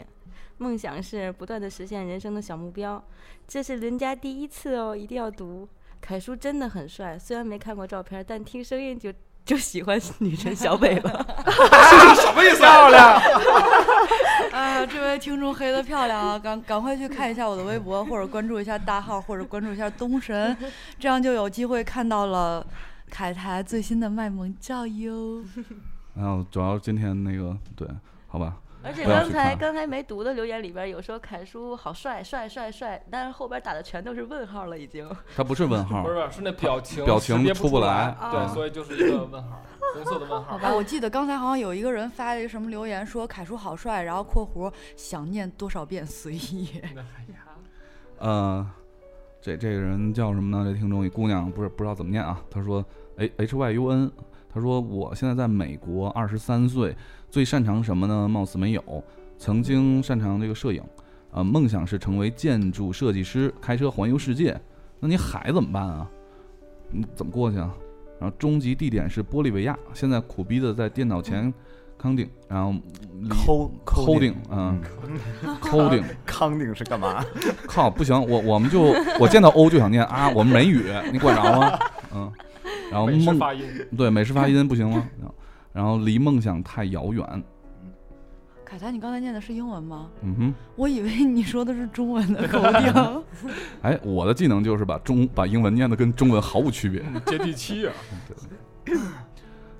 F: 梦想是不断的实现人生的小目标。这是人家第一次哦，一定要读。凯叔真的很帅，虽然没看过照片，但听声音就就喜欢女神小北 了。
D: 漂亮！
C: 哎呀，这位听众黑的漂亮啊！赶赶快去看一下我的微博，或者关注一下大号，或者关注一下东神，这样就有机会看到了凯台最新的卖萌照哟。
A: 然后主要今天那个对，好吧，
F: 而且
A: 不要
F: 刚
A: 去
F: 才
A: 看
F: 刚才没读的留言里边，有说凯叔好帅帅帅帅，但是后边打的全都是问号了，已经。
A: 它 不是问号
D: 不，是不是，是那表情
A: 啊表
D: 识
A: 情
D: 别
A: 出
D: 不
A: 不
D: 来
A: 来，啊
D: 对，
A: 对
D: 所以就是一个问号，红色的问号。
C: 哎，我记得刚才好像有一个人发了一个什么留言，说凯叔好帅，然后括弧想念多少遍随意。
D: 哎呀，
A: 呃，这这个人叫什么呢？这听众一姑娘不是不知道怎么念啊。她说，哎，H Y U N，她说我现在在美国，二十三岁，最擅长什么呢？貌似没有，曾经擅长这个摄影，呃，梦想是成为建筑设计师，开车环游世界。那你海怎么办啊？你怎么过去啊？然后终极地点是玻利维亚，现在苦逼的在电脑前康定，然后
G: 抠
A: 嗯
G: 抠
A: ，coding，嗯，coding，
H: 康定是干嘛？
A: 靠，不行，我我们就我见到 O 就想念啊，我们美语，你管着吗？嗯，然后
D: 美式
A: 梦
D: 发音，
A: 对美式发音不行吗？然后离梦想太遥远，
C: 凯台，你刚才念的是英文吗？
A: 嗯
C: 我以为你说的是中文的口 音。
A: 哼，哎，我的技能就是把中把英文念的跟中文毫无区别。
D: 嗯接地气啊！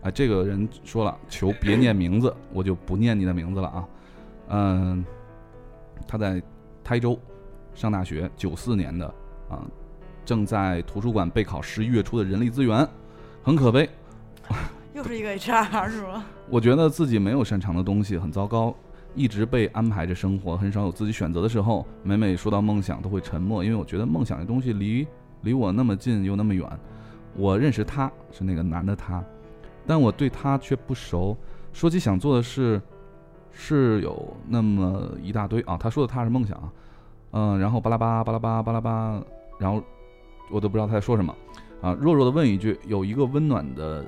A: 啊，这个人说了，求别念名字，我就不念你的名字了啊。嗯，他在台州上大学，九四年的啊，正在图书馆备考十一月初的人力资源，很可悲。
I: 又是一个 HR 是吗？
A: 我觉得自己没有擅长的东西，很糟糕，一直被安排着生活，很少有自己选择的时候。每每说到梦想，都会沉默，因为我觉得梦想这东西离离我那么近又那么远。我认识他是那个男的他，但我对他却不熟。说起想做的事，是有那么一大堆啊。他说的他是梦想啊，嗯，然后巴拉巴巴拉巴巴拉巴，然后我都不知道他在说什么啊。弱弱的问一句，有一个温暖的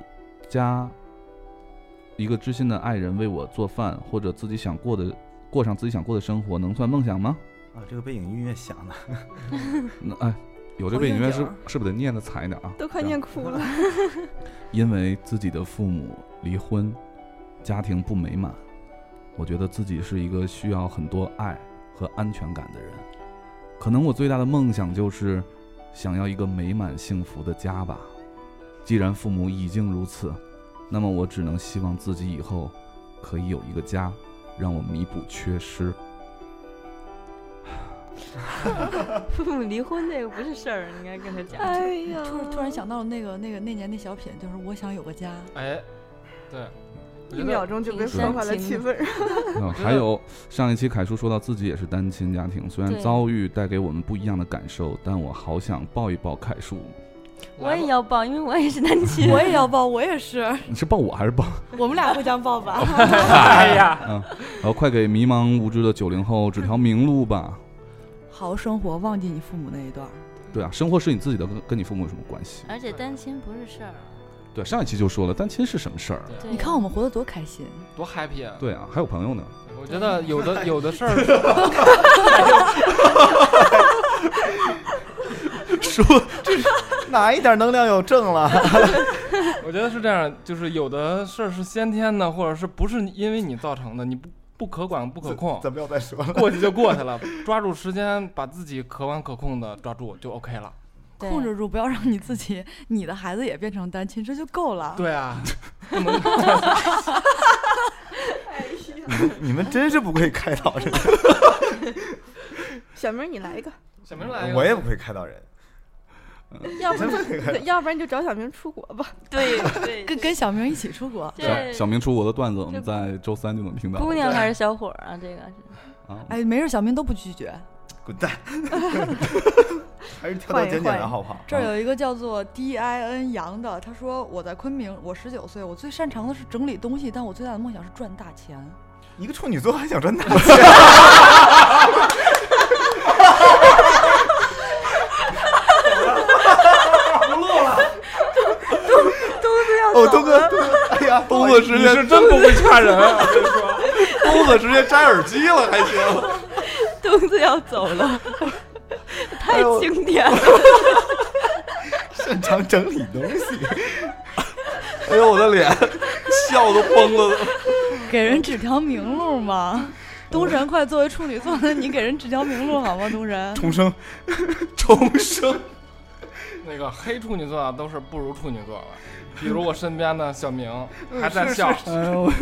A: 家一个知心的爱人为我做饭，或者自己想过的过上自己想过的生活，能算梦想吗？
G: 啊，这个背景音乐响的，
A: 那哎，有这
E: 好
A: 背景音乐
E: 应
A: 是
E: 景儿
A: 是不是得念的惨一点啊？
E: 都快念哭了。
A: 因为自己的父母离婚，家庭不美满，我觉得自己是一个需要很多爱和安全感的人。可能我最大的梦想就是想要一个美满幸福的家吧。既然父母已经如此，那么我只能希望自己以后可以有一个家，让我弥补缺失。
F: 父母离婚这个不是事儿，你应该跟他讲。
E: 哎呀，
I: 突然突然想到了那个那个那年那小品，就是我想有个家。
D: 哎，对，我
E: 一
D: 觉
E: 秒
D: 得
E: 钟就被
F: 挺
E: 破坏了
F: 煽情
E: 气氛。
A: 嗯，还有上一期凯叔说到自己也是单亲家庭，虽然
F: 对
A: 遭遇带给我们不一样的感受，但我好想抱一抱凯叔。
F: 我也要报，因为我也是单 亲。
I: 我也要抱，我也是，
A: 你是抱我还是抱？
I: 我们俩互相抱吧。
D: 哎呀，
A: 嗯，然后快给迷茫无知的九零后指条明路吧。
I: 好好生活，忘记你父母那一段儿。
A: 对啊，生活是你自己的，跟跟你父母有什么关系？
F: 而且单亲不是事儿。啊
A: 对，上一期就说了，单亲是什么事儿？啊
F: 对
I: 你看我们活得多开心，
D: 多 happy 啊！
A: 对啊，还有朋友呢。
D: 我觉得有的有的事儿，
H: 说这 哪一点能量有正了？
D: 我觉得是这样，就是有的事儿是先天的，或者是不是因为你造成的，你不不可管不可 控，
H: 咱不要再说了。
D: 过去就过去了。抓住时间，把自己可管可控的抓住就 OK 了。
F: 对
I: 控制住，不要让你自己、你的孩子也变成单亲，这就够了。
D: 对啊，不能
H: 你们真是不会开导人，
E: 小明，你来一个，
D: 小明来一个，
H: 我也不会开导人。
E: 要不
H: 真不会开 导人
E: 要不然你就找小明出国吧。
F: 对 对，
I: 跟跟小明一起出国。
A: 小
F: 这
A: 小明出国的段子，我们
F: 这
A: 在周三就能听到。
F: 姑娘还是小伙儿啊？这个是
A: 啊，
I: 哎，没事，小明都不拒绝。
H: 滚蛋！还是跳到简简的好不好？
C: 这儿有一个叫做 D I N 杨的，他说我在昆明，我十九岁，我最擅长的是整理东西，但我最大的梦想是赚大钱。
H: 一个处女座还想赚大哦，东哥，东哥，哎呀，东哥直接是真不会掐人啊！我跟你说， 东哥直接摘耳机了，还行。
F: 东子要走 了，太
H: 哎呦
F: 经典了。
H: 擅长整理东西。 哎呦，我的脸，笑都 崩了。
C: 给人指条明路嘛。东神，快作为处女座的你给人指条明路好吗？东神，
H: 重生，重生。
D: 那个黑处女座啊，都是不如处女座了。比如我身边的小明
E: 嗯
D: 还在
H: 是
D: 笑，
A: 哎呦，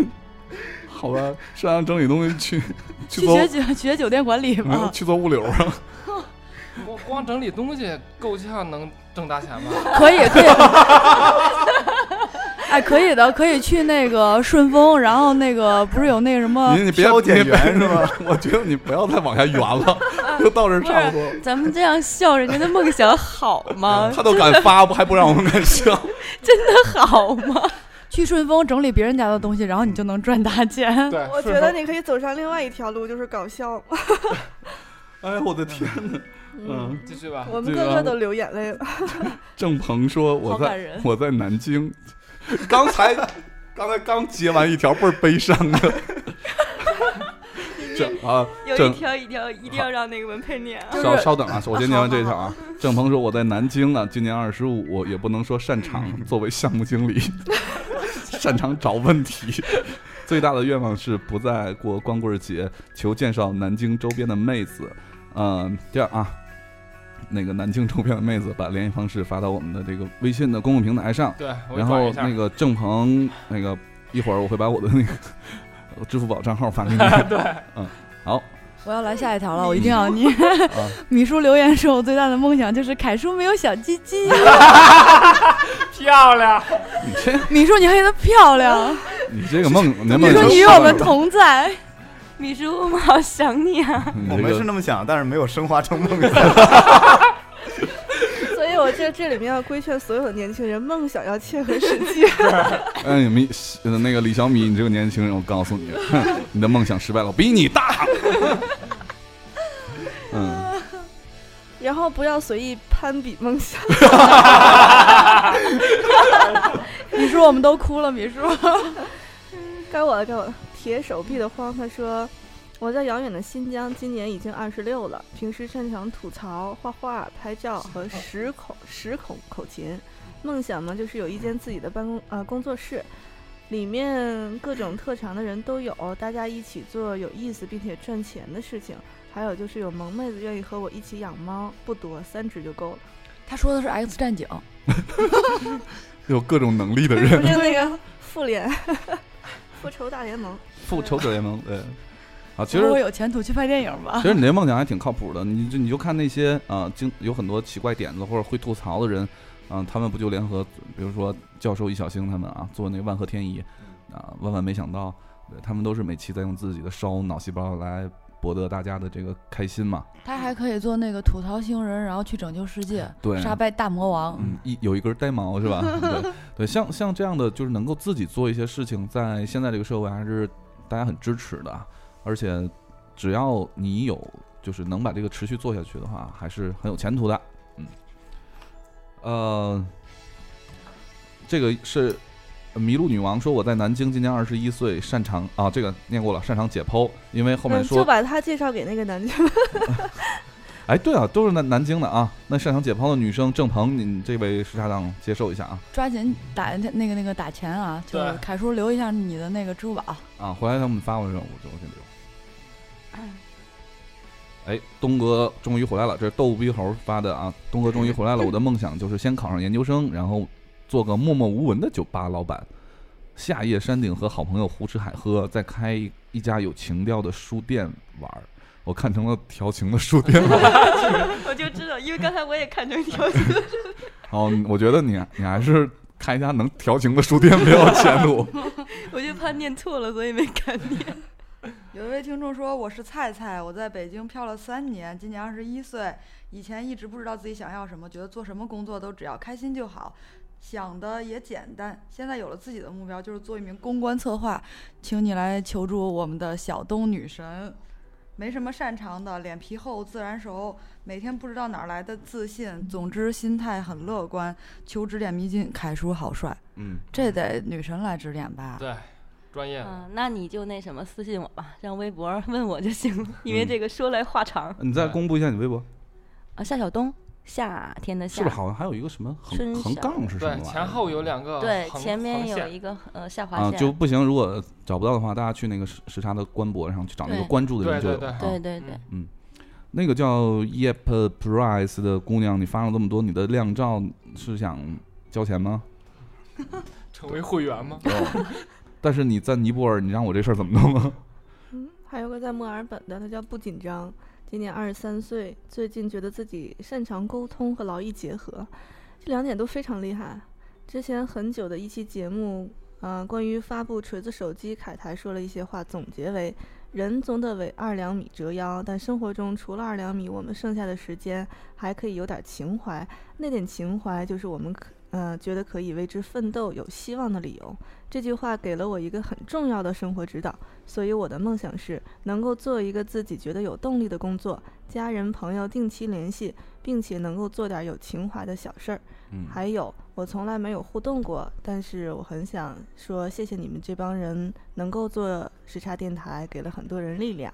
A: 好吧，擅长整理东西去去
C: 去
A: 做
C: 学酒学酒店管理
A: 没
F: 哦
A: 有
C: 吧。
A: 去做物流啊。
D: 光光整理东西够呛能挣大钱 吧？
C: 可以可以， 哎，可以的，可以去那个顺丰，然后那个不是有那个什么
A: 你你别
H: 挑拣
A: 你别
H: 员是吗？
A: 我觉得你不要再往下圆 了，就到这儿差不多了。
F: 咱们这样笑人家的梦想好 吗？
A: 他都敢发，不还不让我们敢笑？
F: 真的好吗？
C: 去顺丰整理别人家的东西，然后你就能赚大钱。
D: 对，
E: 我觉
D: 顺
E: 得
D: 丰
E: 你可以走上另外一条路，就是搞笑。
A: 哎，我的天哪！嗯，
D: 继 续吧。
E: 我们
A: 这
E: 个
A: 个
E: 个都流眼泪了。
A: 郑鹏说我
C: 好
A: 在
C: 感人，
A: 我在南京，刚才刚才刚接完一条倍儿悲伤 的， 这啊，
F: 有一
A: 郑
F: 条一条一定要让那个文佩念啊！
A: 稍稍等啊，我先念完这一条啊。郑鹏说我在南京啊，今年二十五，也不能说擅长，作为项目经理，擅长找问题。最大的愿望是不再过光棍节，求介绍南京周边的妹子。嗯，这样啊，那个南京周边的妹子把联系方式发到我们的这个微信的公共平台上。
D: 对，我
A: 然
D: 转
A: 后
D: 一下
A: 那个郑鹏，那个一会儿我会把我的那个支付宝账号发给你。对，嗯，好，
I: 我要来下一条了，我一定要 你。
A: 啊
I: 米叔留言说，我最大的梦想就是凯叔没有小鸡 鸡。
D: 漂亮，
I: 米叔，你黑的漂亮。
A: 你这个梦，你这
I: 米
A: 梦
I: 叔，
A: 想
I: 你与我们同在。
F: 米叔，我们好想你啊！
G: 我们是那么想，但是没有升华成梦想。
E: 所以我这这里面要规劝所有的年轻人，梦想要切合实际。
A: 哎，米呃那个李小米，你这个年轻人，我告诉你， 哼你的梦想失败了，我比你大。 嗯，
E: 然后不要随意攀比梦想。
I: 米叔，我们都哭了。米 叔，
E: 该我了，该我了。铁手臂的荒他说，我在遥远的新疆，今年已经二十六了，平时擅长吐槽、画画、拍照和十口十口口琴。梦想呢，就是有一间自己的办公呃工作室，里面各种特长的人都有，大家一起做有意思并且赚钱的事情。还有就是有萌妹子愿意和我一起养猫，不多，三只就够了。
I: 他说的是 X 战警。
A: 有各种能力的
E: 不
A: 人，
E: 是那个复联， 复仇大联盟。
A: 复仇者联盟，对。啊，其
I: 如
A: 实
I: 果有前途去拍电影吧
A: 其。实你这梦想还挺靠谱的，你就你就看那些啊，经有很多奇怪点子或者会吐槽的人，嗯、他们不就联合，比如说教授易小星他们啊，做那个万和天宜，啊，万万没想到，呃他们都是每期在用自己的烧脑细胞来博得大家的这个开心嘛。
I: 他还可以做那个吐槽星人，然后去拯救世界，
A: 对
I: 杀败大魔王。
A: 嗯，一有一根呆毛 是吧？对对，像像这样的就是能够自己做一些事情，在现在这个社会还是大家很支持的啊，而且只要你有就是能把这个持续做下去的话，还是很有前途的。嗯，呃，这个是呃麋鹿女王说我在南京，今年二十一岁，擅长啊，这个念过了，擅长解剖，因为后面
E: 嗯
A: 说
E: 就把他介绍给那个男的。
A: 哎，对啊，都是南南京的啊。那擅长解剖的女生郑鹏，你这位石搭档接受一下啊
I: 抓紧打那个那个打钱啊！就是
D: 对
I: 凯叔留一下你的那个支付宝。
A: 啊！回来他们发我任务，我就我先留。 哎，东哥终于回来了，这是逗逼猴发的啊！东哥终于回来了，我的梦想就是先考上研究生，然后做个默默无闻的酒吧老板，夏夜山顶和好朋友胡吃海喝，再开一家有情调的书店玩儿。我看成了调情的书店玩儿。
F: 我 就知道，因为刚才我也看成条子。
A: 哦，我觉得你你还是开一家能调情的书店比较有前途。
F: 我就怕念错了，所以没敢念。
C: 有一位听众说：“我是菜菜，我在北京漂了三年，今年二十一岁。以前一直不知道自己想要什么，觉得做什么工作都只要开心就好，想的也简单。现在有了自己的目标，就是做一名公关策划。
I: 请你来求助我们的小东女神。
C: 没什么擅长的，脸皮厚，自然熟，每天不知道哪儿来的自信。总之，心态很乐观，求指点迷津。凯叔好帅，
A: 嗯，
I: 这得女神来指点吧？
D: 对，专业的。
F: 嗯，那你就那什么，私信我吧，让微博问我就行了，
A: 嗯
F: 因为这个说来话长。
A: 你再公布一下你微博，
F: 啊，夏晓东，夏天的夏，
A: 是不是好像还有一个什么横
F: 春
A: 横
F: 晓
A: 杠是什么
D: 对
A: 玩，意儿？
D: 前后有两个
F: 对，
D: 横
F: 前面
D: 横
F: 有
D: 线
F: 一个呃下划
A: 啊，
F: 线，
A: 就不行。如果找不到的话，大家去那个时时差的官博上去找那个
F: 对
A: 关注的人就
D: 对
A: 有。
D: 对
A: 啊
F: 对对
D: 嗯
F: 对，
A: 那个叫 Yep Price 的姑娘，你发了这么多你的靓照，是想交钱吗？
D: 成为会员吗？
A: 但是你在尼泊尔，你让我这事儿怎么弄啊？
E: 嗯，还有个在墨尔本的，他叫不紧张，今年二十三岁，最近觉得自己擅长沟通和劳逸结合，这两点都非常厉害。之前很久的一期节目，呃，关于发布锤子手机，凯台说了一些话，总结为：人总得为二两米折腰，但生活中除了二两米，我们剩下的时间还可以有点情怀，那点情怀就是我们可呃觉得可以为之奋斗、有希望的理由。这句话给了我一个很重要的生活指导。所以我的梦想是能够做一个自己觉得有动力的工作，家人朋友定期联系，并且能够做点有情怀的小事儿。
A: 嗯，
E: 还有，我从来没有互动过，但是我很想说谢谢你们这帮人能够做时差电台，给了很多人力量。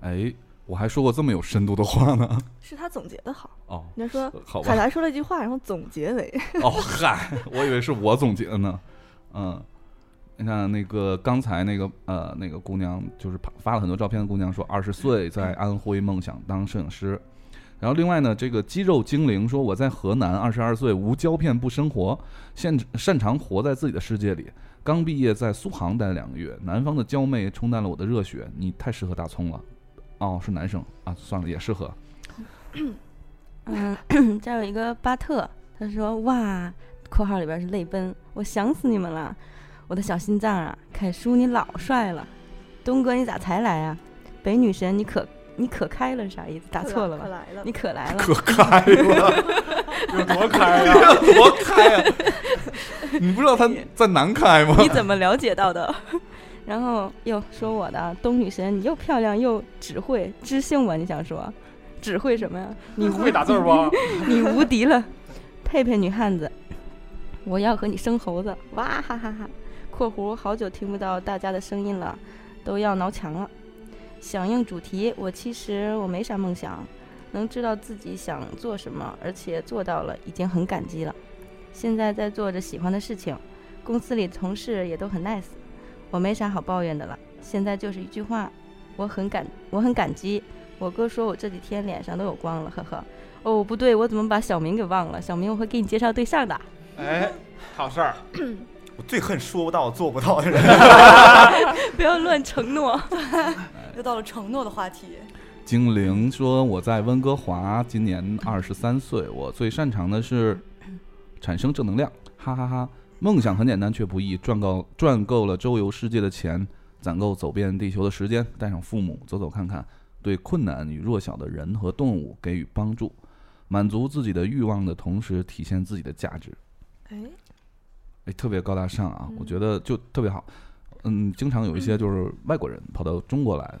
A: 哎，我还说过这么有深度的话呢。
E: 是他总结的好，
A: 哦，
E: 人家说
A: 好
E: 凯
A: 吧。
E: 达说了一句话，然后总结为
A: 哦，嗨，我以为是我总结的呢。嗯，你看那个刚才那个呃那个姑娘，就是发发了很多照片的姑娘说，二十岁在安徽梦想当摄影师。然后另外呢，这个肌肉精灵说我在河南，二十二岁，无胶片不生活，擅擅长活在自己的世界里。刚毕业在苏杭待两个月，南方的娇媚冲淡了我的热血。你太适合大葱了，哦，是男生啊，算了，也适合。
F: 嗯， 这儿有一个巴特，他说：“哇，括号里边是泪奔，我想死你们了，我的小心脏啊，凯叔你老帅了，东哥你咋才来啊？北女神你可你可开了啥意思？打错了吧？
E: 可来了
F: 你可来了，
H: 可
A: 哎
H: 开 了有多开呀有多开呀你不知道他在南开吗
F: 你怎么了解到的？ 然后又说我的啊东女神，你又漂亮又只会知性吧？你想说，只会什么呀？你无
D: 会打字儿不啊
F: 你无敌了，佩佩女汉子， 我要和你生猴子！哇哈哈哈！（括弧好久听不到大家的声音了，都要挠墙了。）响应主题，我其实我没啥梦想，能知道自己想做什么，而且做到了，已经很感激了。现在在做着喜欢的事情，公司里的同事也都很 nice，我没啥好抱怨的了。现在就是一句话，我很感我很感激。我哥说我这几天脸上都有光了，呵呵。哦，不对，我怎么把小明给忘了？小明，我会给你介绍对象的。
D: 哎，好事儿。
H: 我最恨说不到做不到的人。
F: 不要乱承诺。
B: 又到了承诺的话题，
A: 精灵说我在温哥华，今年二十三岁，我最擅长的是产生正能量，哈哈哈梦想很简单却不易，赚够赚够了周游世界的钱，攒够走遍地球的时间，带上父母走走看看，对困难与弱小的人和动物给予帮助，满足自己的欲望的同时，体现自己的价值。
E: 哎，
A: 哎，特别高大上啊！我
E: 嗯
A: 觉得就特别好。嗯，经常有一些就是外国人跑到中国来，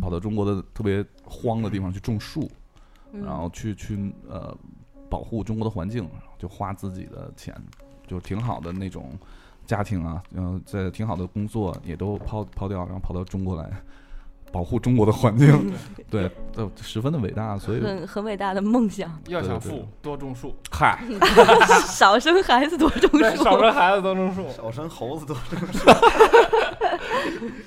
A: 跑到中国的特别荒的地方去种树，
H: 嗯
A: 然后去去呃保护中国的环境，就花自己的钱，就挺好的那种家庭啊，然后在挺好的工作也都抛抛掉，然后跑到中国来保护中国的 环境，对，都十分的伟大。所以啊
F: 很很伟大的梦想。
D: 要想
A: 对对
D: 富，多种树。
A: 嗨
F: 少生孩子，多种
D: 对
F: 树。
D: 少生孩子多种树，
G: 少生猴子多种
D: 树。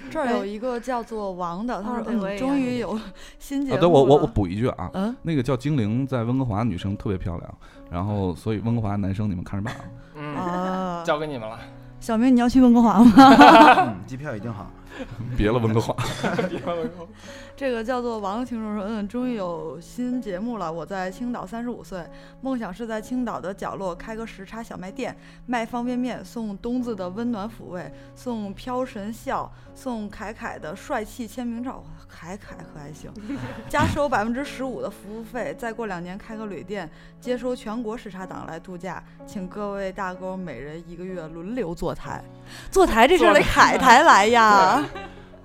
C: 这儿有一个叫做王的，他
E: 哦
C: 说：“
E: 哎对我也有
C: 嗯，终于有新节目
A: 啊，
C: 了。
A: 对我我我补一句啊，
C: 嗯
A: 那个叫精灵在温哥华女生特别漂亮，然后所以温哥华男生你们看着办啊。
D: 嗯，交给你们了。
I: 小明，你要去温哥华吗？
G: 嗯，机票已经好。
A: 别了温哥华，
C: 这个叫做王的听众说：“嗯，终于有新节目了。我在青岛三十五岁，梦想是在青岛的角落开个时差小卖店，卖方便面，送东子的温暖抚慰，送飘神笑，送凯凯的帅气签名照。凯凯可还行，加收百分之十五的服务费。再过两年开个旅店，接收全国时差党来度假。请各位大哥每人一个月轮流坐台，坐台这事儿得凯台来呀。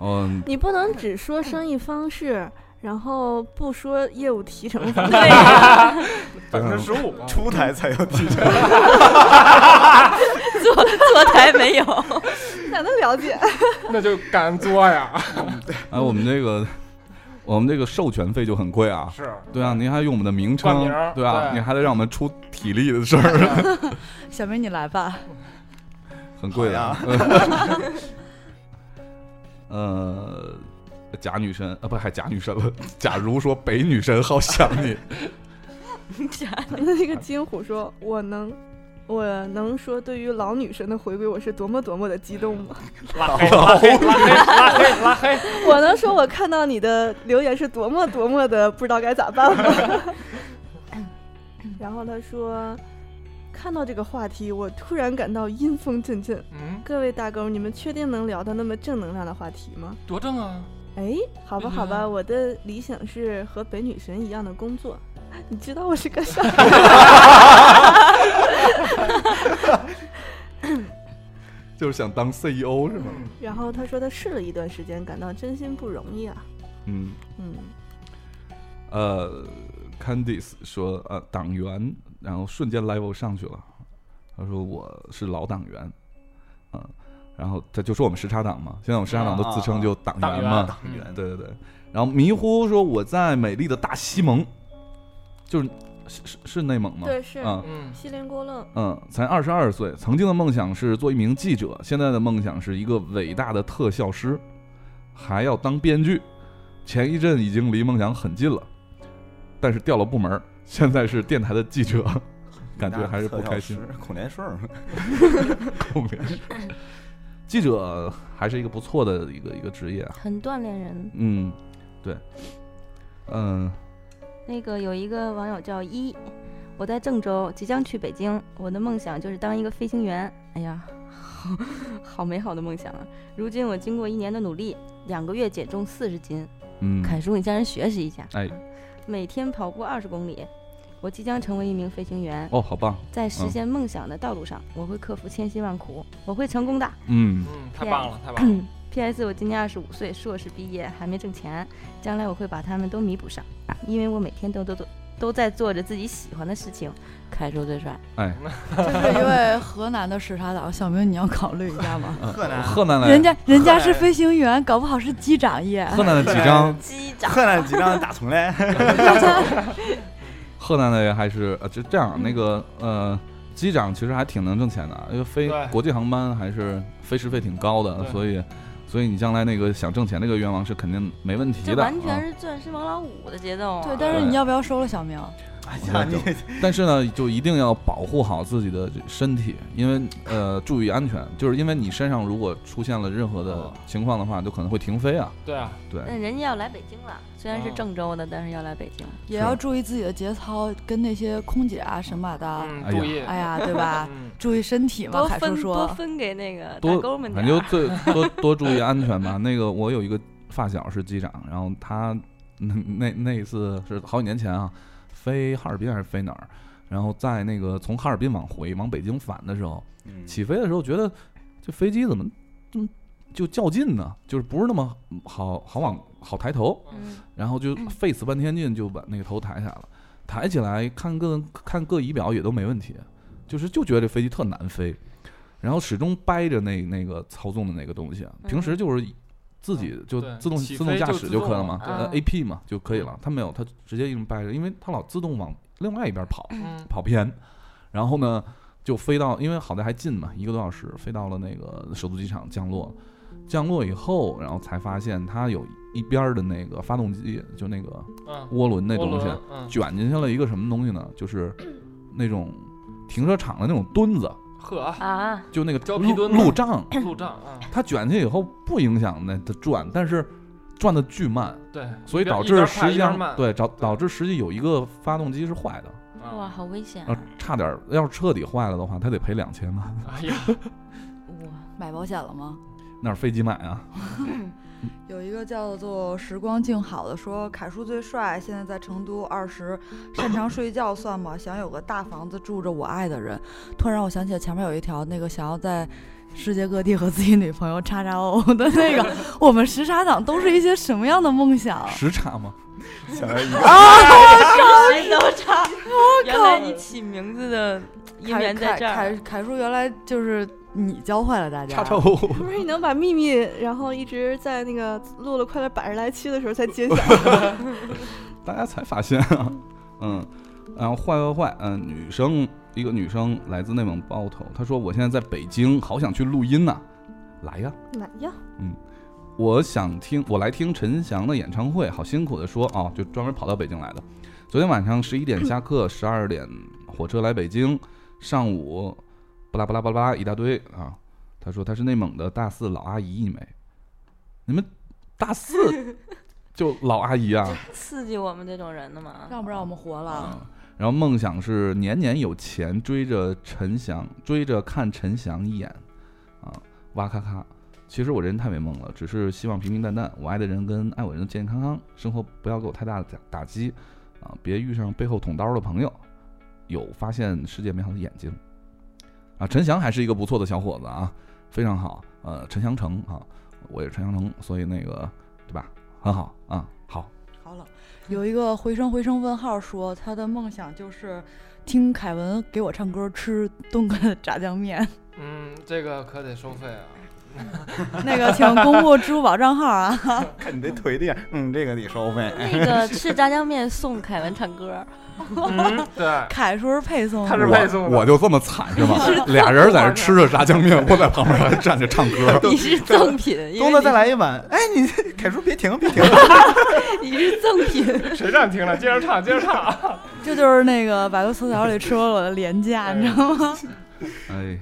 A: 嗯，
E: 你不能只说生意方式，然后不说业务提成 方式。
H: 百分之十五，出台才有提成。
F: 坐坐台没 有，
E: 哪能 了解？
D: 那就敢作呀！
A: 哎，我们这个我们这个授权费就很贵啊，
D: 是
A: 对啊，您还用我们的名
D: 冠
A: 称
D: 名儿，
A: 对啊，
D: 对
A: 你还得让我们出体力的事 儿，
C: 小明，你来吧。
A: 很贵的啊
H: 好呀。
A: 呃，贾女神啊，不还贾女神了， 假如说北女神好想你，
F: 假
E: 那个金虎说：“我能，我能说对于老女神的回归，我是多么多么的激动吗？
D: 拉黑，拉黑，拉黑，拉黑，拉黑。
E: 我能说我看到你的留言是多么多么的不知道该咋办吗？” 然后他说：“看到这个话题，我突然感到阴风阵阵。
D: 嗯，
E: 各位大狗，你们确定能聊到那么正能量的话题吗？
D: 多正啊！
E: 哎，好吧，
D: 嗯
E: 好吧，我的理想是和北女神一样的工作。 你知道我是干啥？
A: 就是想当 CEO 是吗？
E: 然后他说他试了一段时间，感到真心不容易啊。
A: 嗯。
E: 嗯，
A: 呃，Candice 说，呃，党员，然后瞬间 level 上去了。他说我是老党员，嗯、然后他就说我们时差党嘛，现在我们时差党都自称就党员嘛，
D: 嗯
H: 啊党员党员
A: 对对对。然后迷糊说我在美丽的大西蒙，就是是是是内蒙吗？
E: 对，是
A: 嗯，
E: 锡林郭勒。
A: 嗯，才二十二岁，曾经的梦想是做一名记者，现在的梦想是一个伟大的特效师，还要当编剧。前一阵已经离梦想很近了，但是调了部门儿，现在是电台的记者，感觉还是不开心。
G: 孔连顺儿，
A: 孔连顺儿记者还是一个不错的一个一个职业啊。
F: 很锻炼人。
A: 嗯，对，嗯，
F: 那个有一个网友叫一，我在郑州，即将去北京，我的梦想就是当一个飞行员。哎呀， 好好美好的梦想啊！如今我经过一年的努力，两个月减重四十斤。
A: 嗯
F: 凯叔，你向人学习一下。
A: 哎，
F: 每天跑步二十公里，我即将成为一名飞行员。
A: 哦，好棒，
F: 在实
A: 嗯
F: 现梦想的道路上，我会克服千辛万苦，我会成功的。
A: 嗯
D: 嗯，太棒了，太棒了！
F: P.S. 我今年二十五岁，硕士毕业，还没挣钱，将来我会把他们都弥补上，因为我每天都都都都在做着自己喜欢的事情。凯叔最帅，
A: 哎，
I: 就是一位河南的时差党，小明你要考虑一下吗？
A: 嗯
H: 河南
A: 河南来，
I: 人家人家是
H: 河南
I: 飞行员，搞不好是机长业。
A: 河南的几张，
F: 机长，
H: 河南几张大葱嘞？
A: 河南的人还是呃，这这样那个呃，机长其实还挺能挣钱的，啊因为飞
D: 对
A: 国际航班还是飞时费挺高的，
D: 对
A: 所以所以你将来那个想挣钱这个愿望是肯定没问题
F: 这
A: 的。
F: 完全
A: 啊
F: 是钻石王老五的节奏、啊。
I: 对，但是
A: 对
I: 你要不要收了小明？
H: 哎呀，你
A: 但是呢，就一定要保护好自己的身体，因为呃，注意安全，就是因为你身上如果出现了任何的
D: 哦
A: 情况的话，就可能会停飞啊。
D: 对啊，
A: 对，
F: 但人家要来北京了，虽然是郑州的，但是要来北京。
I: 也要注意自己的节操，跟那些空姐啊什么的，
D: 嗯，
A: 哎呀
D: 注意，
I: 哎呀，对吧？
D: 嗯，
I: 注意身体嘛，
F: 多
I: 凯
F: 分
I: 叔
F: 多
C: 啊
I: 说。
F: 分给那个
A: 多
F: 打勾啊们
A: 反
F: 点
A: 正就
F: 儿。
A: 最多多注意安全吧。那个我有一个发小是机长，然后他那那那一次是好几年前啊，飞哈尔滨还是飞哪儿？然后在那个从哈尔滨往回往北京返的时候，
H: 嗯
A: 起飞的时候觉得这飞机怎么这么就较劲呢？就是不是那么好好往好抬头，
F: 嗯，
A: 然后就费死半天劲就把那个头抬起来了。抬起来看各看各仪表也都没问题，就是就觉得这飞机特难飞，然后始终掰着那那个操纵的那个东西啊。
F: 嗯
A: 平时就是自己就
D: 啊对
A: 自动
D: 起飞
A: 自动驾驶
D: 就自动
A: 可以了嘛，
F: 了
A: 呃
F: 嗯
A: AP 嘛就可以了。他没有，他直接一直掰着，因为他老自动往另外一边跑，
D: 嗯，
A: 跑偏，然后呢就飞到，因为好在还近嘛，一个多小时飞到了那个首都机场降落。降落以后，然后才发现它有一边儿的那个发动机，就那个
D: 嗯，
A: 涡轮那
D: 涡
A: 东西
D: 轮，嗯，
A: 卷进去了一个什么东西呢？就是那种停车场的那种墩子，
D: 呵 啊，
F: 啊，
A: 就那个
D: 胶皮
A: 路
D: 墩子
A: 路障，
D: 路障啊，
A: 它卷进去以后不影响那它转，但是转的巨慢，
D: 对，
A: 所以
D: 一边
A: 导
D: 一
A: 致
D: 边快
A: 实际
D: 一边
A: 上
D: 慢
A: 对导导致实际有一个发动机是坏的，
D: 啊
F: 哇，好危险、
A: 要
F: 啊！
A: 差点儿要是彻底坏了的话，他得赔两千万。
D: 哎呀，
F: 哇，
I: 买保险了吗？
A: 哪儿飞机买啊？
C: 有一个叫做“时光静好”的说，凯叔最帅，现在在成都二十，擅长睡觉算吗？想有个大房子住着我爱的人。
I: 突然让我想起来前面有一条那个想要在世界各地和自己女朋友叉叉欧欧的那个，我们时差党都是一些什么样的梦想？
C: 啊
I: 啊
A: 时差吗？
H: 想要一个
F: 谁都差。原来你起名字的姻
I: 凯
F: 缘在这
I: 凯
F: 儿。
I: 凯叔原来就是你教坏了大家。啊
A: 差抽。
E: 不是你能把秘密，然后一直在那个录了快了百十来期的时候才 揭晓。
A: 大家才发现啊，嗯，然后坏坏坏，嗯、女生一个女生来自内蒙包头，她说我现在在北京，好想去录音呐、来呀，
E: 哪样？
A: 我想听，我来听陈翔的演唱会，好辛苦的说啊，就专门跑到北京来的。昨天晚上十一点下课，十二点火车来北京，上午巴拉巴拉巴拉一大堆啊。他说他是内蒙的大四老阿姨一枚，你们大四就老阿姨啊，
F: 刺激我们这种人的嘛。
I: 让不让我们活了？啊
A: 嗯，然后梦想是年年有钱，追着陈翔，追着看陈翔一眼，啊，哇咔咔。其实我这人太没梦了，只是希望平平淡淡，我爱的人跟爱我的人健健康康，生活不要给我太大的打打击，啊，别遇上背后捅刀的朋友，有发现世界美好的眼睛，啊，陈翔还是一个不错的小伙子啊，非常好，呃，陈翔成啊，我也是陈翔成，所以那个对吧，很好啊、好，
C: 好了，
I: 有一个回声回声问号说，他的梦想就是听凯文给我唱歌，吃炖个炸酱面。
D: 嗯，这个可得收费啊，
I: 那个，请公布支付宝账号啊！
H: 看你这腿的样，嗯，这个得收费。
F: 那个吃炸酱面送凯文唱 歌，
D: 嗯，对，
I: 凯叔是配送的，
D: 他是配送的
A: 我就这么惨是吧？俩人在那吃着炸酱面，我在旁边还站着唱 歌。
F: 你是赠品，因为
H: 东子再来一碗，哎，你凯叔别停别停，
F: 你是赠品。
D: 谁暂停了？接着唱，接着唱。
I: 这就是那个百度词条里说了我的廉价，
D: 哎
I: 你知道吗？
A: 哎，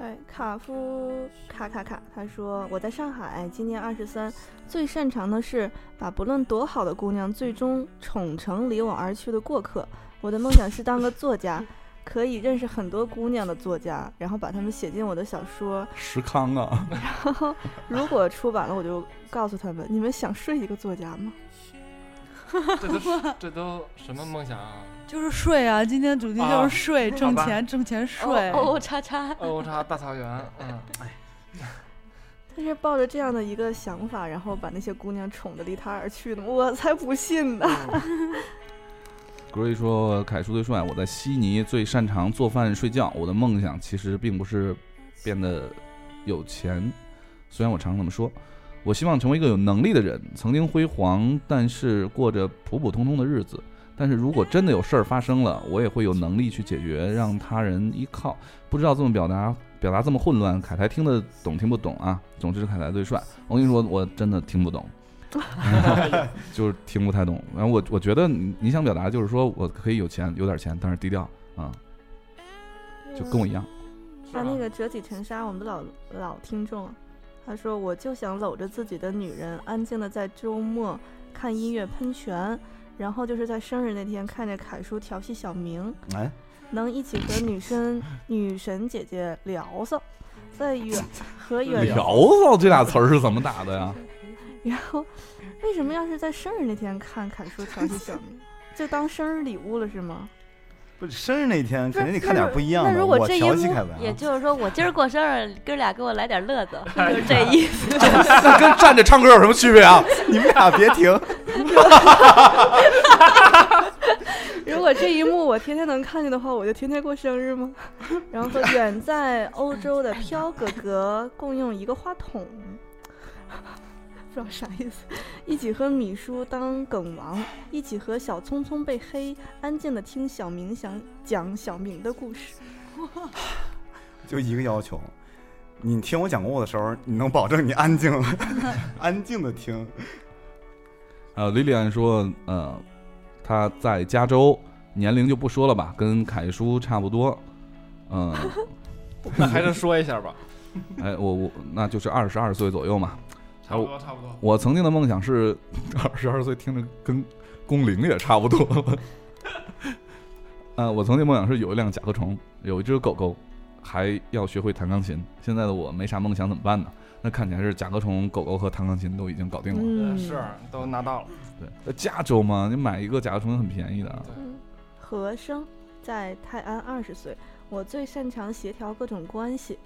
E: 哎，卡夫卡卡卡，他说我在上海，今年二十三，最擅长的是把不论多好的姑娘，最终宠成离我而去的过客。我的梦想是当个作家，可以认识很多姑娘的作家，然后把她们写进我的小说。
A: 石康啊，
E: 然后如果出版了，我就告诉他们，你们想睡一个作家吗？
D: 这都是这都什么梦想啊？
I: 就是睡啊！今天主题就是睡，
D: 啊
I: 挣
D: 好吧
I: 钱，挣钱，睡。
F: 哦哦叉叉，
D: 哦，我查大草原，嗯，
E: 他是抱着这样的一个想法，然后把那些姑娘宠得离他而去的吗？我 才不信呢！
A: 格瑞说：“凯叔最帅，我在悉尼最擅长做饭睡觉。我的梦想其实并不是变得有钱，虽然我常常这么说。我希望成为一个有能力的人，曾经辉煌，但是过着普普通通的日子。但是如果真的有事儿发生了，我也会有能力去解决，让他人依靠。不知道这么表达，表达这么混乱，凯台听得懂听不懂啊？总之，凯台最帅。我跟你说，我真的听不懂。”就是听不太懂。然后我我觉得你你想表达就是说我可以有钱，有点钱，但是低调啊、就跟我一样。
E: 把啊那个折戟沉沙，我们的老老听众，啊他说我就想搂着自己的女人，安静的在周末看音乐喷泉，然后就是在生日那天看着凯叔调戏小明，
G: 哎，
E: 能一起和女生女神姐姐聊骚，在远和远
A: 聊骚这俩词儿是怎么打的呀？
E: 然后为什么要是在生日那天看凯叔调戏小明，就当生日礼物了是吗？
G: 不是生日那天
E: 不
G: 肯
E: 是
G: 定得看点不一样
E: 那
G: 的。
E: 如果
G: 我
E: 这一
G: 调戏
E: 幕
G: 凯文啊，
F: 也就是说我今儿过生日，哥俩给我来点 乐子，就是这意思。
A: 那跟站着唱歌有什么区别啊？
G: 你们俩别停。
E: 如果这一幕我天天能看见的话，我就天天过生日吗？ 然后和远在欧洲的飘哥哥共用一个话筒， 不知道啥意思。一起和米叔当梗王，一起和小聪聪被黑，安静的听小明想讲小明的故事。
G: 就一个要求，你听我讲故事的时候，你能保证你安静，安静的听。
A: 呃，莉莉安说，呃，她在加州，年龄就不说了吧，跟凯叔差不多。嗯、
D: 那还是说一下吧，
A: 哎，我我那就是二十二岁左右嘛。
D: 差不多差不多。
A: 我曾经的梦想是 二十二岁，听着跟工龄也差不多。 呃，我曾经梦想是有一辆甲壳虫，有一只狗狗，还要学会弹钢琴。现在的我没啥梦想，怎么办呢？那看起来是甲壳虫、狗狗和弹钢琴都已经搞定了。
D: 呃
E: 嗯，
D: 是都拿到了，
A: 对，呃加州嘛，你买一个甲壳虫很便宜的啊。
E: 嗯和声，在泰安二十岁，我最擅长协调各种关系，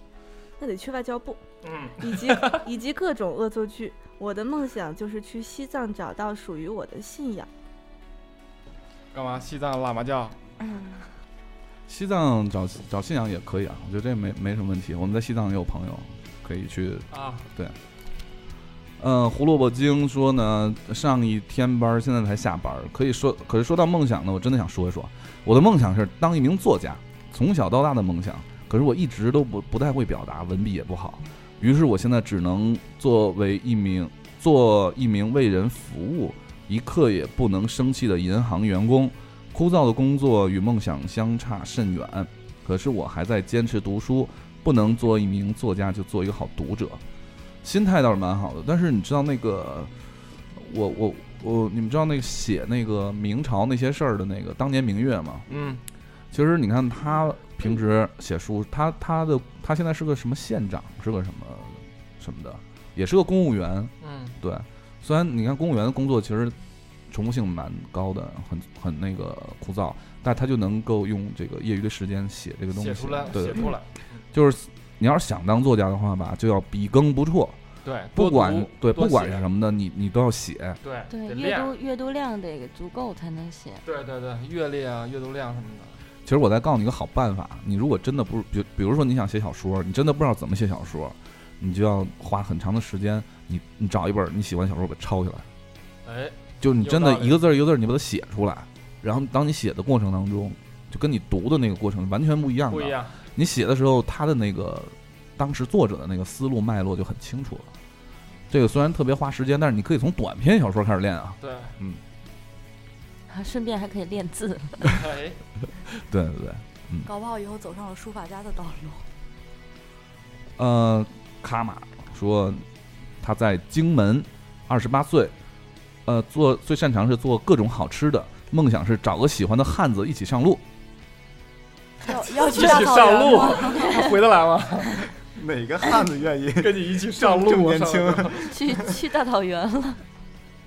E: 那得去外交部。
D: 嗯，
E: 以 及以及各种恶作剧。我的梦想就是去西藏找到属于我的信仰。
D: 干嘛？西藏喇嘛教，
A: 西藏找找信仰也可以啊，我觉得这没没什么问题。我们在西藏也有朋友可以去
D: 啊，
A: 嗯，胡萝卜精说呢，上一天班儿，现在才下班儿，可以说，可是说到梦想呢，我真的想说一说，我的梦想是当一名作家，从小到大的梦想。可是我一直都不不太会表达，文笔也不好，于是我现在只能作为一名做一名为人服务、一刻也不能生气的银行员工。枯燥的工作与梦想相差甚远，可是我还在坚持读书，不能做一名作家，就做一个好读者。心态倒是蛮好的，但是你知道那个，我我我，你们知道那个写那个明朝那些事儿的那个当年明月吗？
D: 嗯，
A: 其实你看他平时写书，他他的他现在是个什么县长，是个什么什么的，也是个公务员。
D: 嗯，
A: 对，虽然你看公务员的工作其实重复性蛮高的，很很那个枯燥，但他就能够用这个业余的时间写这个东西。
D: 写出来，
A: 对
D: 写，出来，
A: 就是你要是想当作家的话吧，就要笔耕不辍。
D: 对，
A: 不
D: 多
A: 管
D: 读
A: 对，
D: 多
A: 不管
D: 写
A: 是什么的，你你都要写。
D: 对
F: 对，阅
D: 得练，
F: 读阅读量得足够才能写。
D: 对对对，阅历啊，阅读量什么的，
A: 其实我再告诉你一个好办法，你如果真的不是，比比如说你想写小说，你真的不知道怎么写小说，你就要花很长的时间，你你找一本你喜欢的小说给抄下来，
D: 哎，
A: 就是你
D: 有
A: 真的
D: 道理
A: 一个字儿一个字儿你把它写出来，然后当你写的过程当中，就跟你读的那个过程完全不一样
D: 不一
A: 的。
D: 样，
A: 你写的时候，他的那个当时作者的那个思路脉络就很清楚了。这个虽然特别花时间，但是你可以从短篇小说开始练啊。
D: 对，
F: 啊顺便还可以练字。
D: 哎，
A: 对对对。
B: 搞不好以后走上了书法家的道路。
A: 呃，卡玛说他在荆门，二十八岁，呃，做最擅长是做各种好吃的，梦想是找个喜欢的汉子一起上路。
B: 要要
D: 一
B: 去大
D: 起
B: 草
D: 哎上
B: 原
D: 路
B: 吗？，
D: 回得来吗？
G: 哪个汉子愿意
D: 跟你一起上
G: 这
D: 路
G: 么
D: 啊，
G: 年
D: 上
G: 轻
D: 路？
F: 去去大草原了，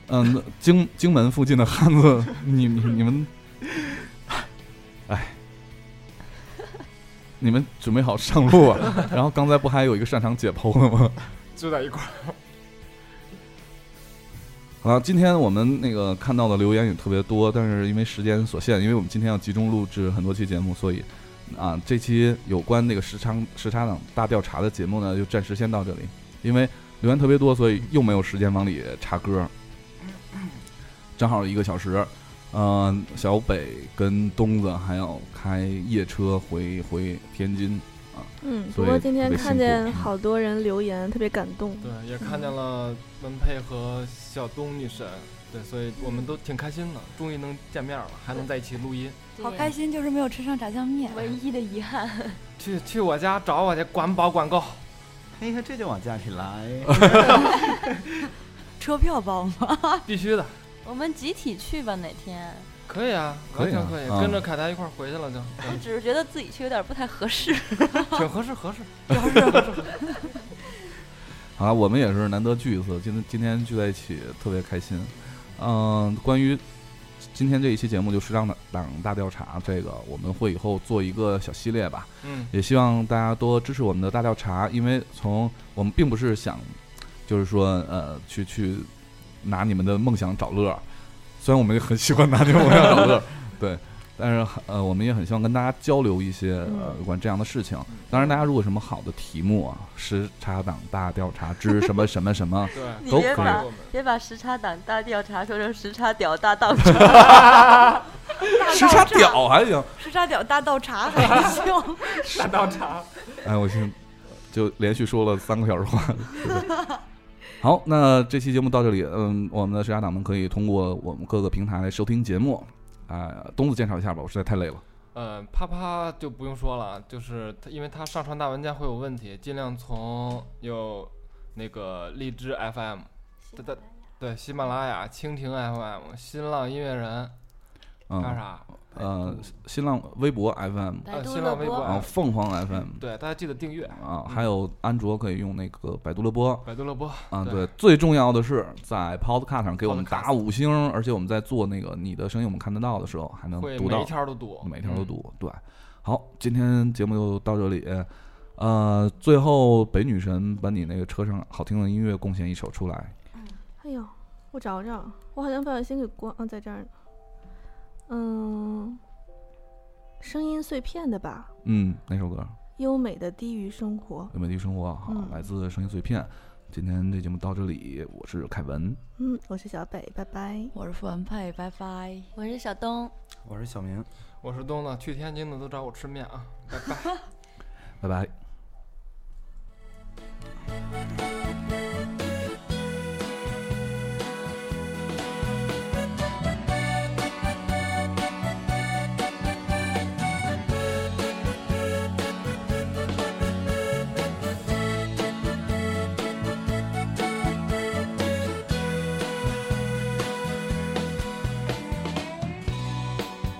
A: 嗯、那荆荆门附近的汉子，你你你们，哎，你们准备好上路啊？ 然后刚才不还有一个擅长解剖的吗？
D: 就在一块儿。
A: 好，今天我们那个看到的留言也特别多，但是因为时间所限，因为我们今天要集中录制很多期节目，所以啊，这期有关那个时长时差党大调查的节目呢，就暂时先到这里。因为留言特别多，所以又没有时间往里插歌，正好一个小时。嗯、小北跟东子还要开夜车回回天津，
E: 嗯，
A: 所
E: 不
A: 以
E: 过今
A: 特
E: 天
A: 别
E: 看
A: 辛苦嗯
E: 见好多人留言，特别感动。
D: 对，也看见了文佩和小东女神，对，所以我们都挺开心的，终于能见面了，还能在一起录音。
I: 好开
F: 心。
I: 心，就是没有吃上炸酱面。
F: 唯一的遗憾，
D: 去去我家找我去，管饱管够。
G: 哎，这就往家里来。
I: 车票包吗？
D: 必须的，
F: 我们集体去吧，哪天？
D: 可以啊，
A: 可
D: 完
A: 以啊
D: 全可以，
A: 啊
D: 跟着凯台一块儿回去了就，
F: 我只是觉得自己去有点不太 合适。
D: 对挺合适合适。
A: 好啊了，我们也是难得聚一次，今天今天聚在一起特别开心。嗯、关于今天这一期节目就时尚党党大调查，这个我们会以后做一个小系列吧，
D: 嗯，
A: 也希望大家多支持我们的大调查，因为从我们并不是想，就是说呃去去拿你们的梦想找乐儿，虽然我们也很喜欢拿你们梦想找乐儿，对。但是呃，我们也很希望跟大家交流一些呃有关这样的事情。当然，大家如果有什么好的题目啊，时差党大调查之什么什么什么，
D: 对，
F: 你
A: 都
F: 别
A: 可以
F: 把
D: 我们
F: 别把时差党大调查说成时差屌 大道嗯
A: 时差屌还行。
C: 时差屌大倒茶还行。
D: 大倒茶。
A: 哎，我现在就连续说了三个小时话。好，那这期节目到这里，嗯，我们的时差党们可以通过我们各个平台来收听节目。啊、东子介绍一下吧，我实在太累了。
D: 呃，啪啪就不用说了，就是它，因为它上传大文件会有问题，尽量从有那个荔枝 FM，对对对，喜马拉雅、蜻蜓 FM、新浪音乐人，还有
A: 嗯，
D: 啥？
A: 呃，新浪微博 FM，
F: 百度
D: 呃新
F: 乐
D: 浪微博
F: 播
A: 然后凤凰 FM，
D: 对，大家记得订阅
A: 啊，还有安卓可以用那个百度乐播，
D: 百度乐播。
A: 啊，
D: 对
A: 对，最重要的是在 Podcast 上给我们
D: Podcast
A: 打五星，而且我们在做那个你的声音我们看得到的时候，还能嗯
D: 会
A: 读
D: 每
A: 到
D: 一条都读，嗯
A: 每条都读。对，好，今天节目就到这里。呃，最后北女神把你那个车上好听的音乐贡献一首出来，
E: 哎呦，我找找，我好像不小心给关啊，在这儿呢。嗯，声音碎片的吧，
A: 嗯，哪首歌《
E: 优美的低于生活。
A: 有美丽生活》好，
E: 嗯
A: 来自声音碎片。今天这节目到这里，我是凯文，
E: 嗯，我是小北，拜拜。
I: 我是傅文佩，拜拜。
F: 我是小东，
G: 我是小明。
D: 我是东子，去天津的都找我吃面啊，拜拜。
A: 拜拜。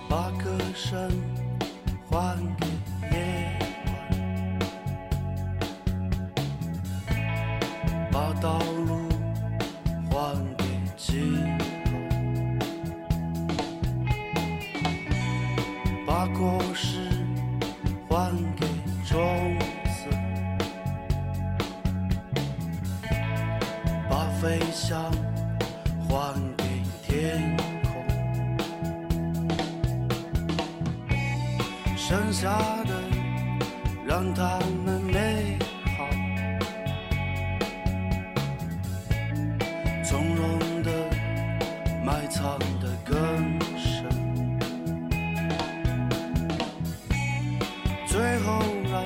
J: 把歌声还给夜晚，把道路还给寂寞，把果实还给种子，把飞翔还给天空。剩下的让它们美好，从容的埋藏的更深，最后让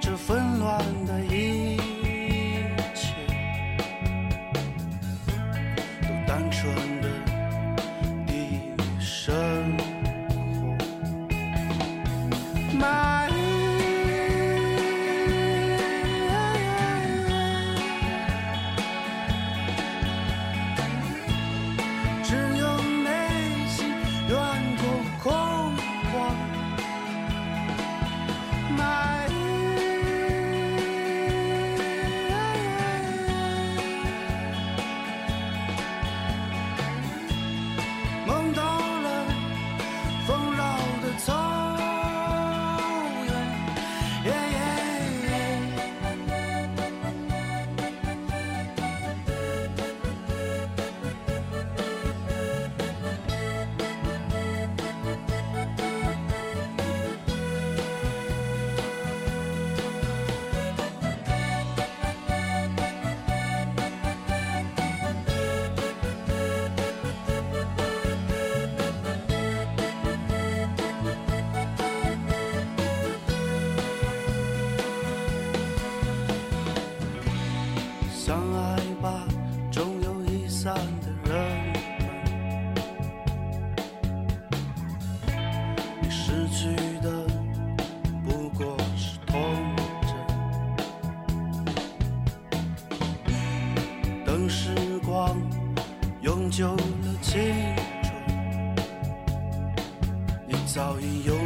J: 这纷乱的一切都单纯的低于生活。My. 光，永久的记住，你早已有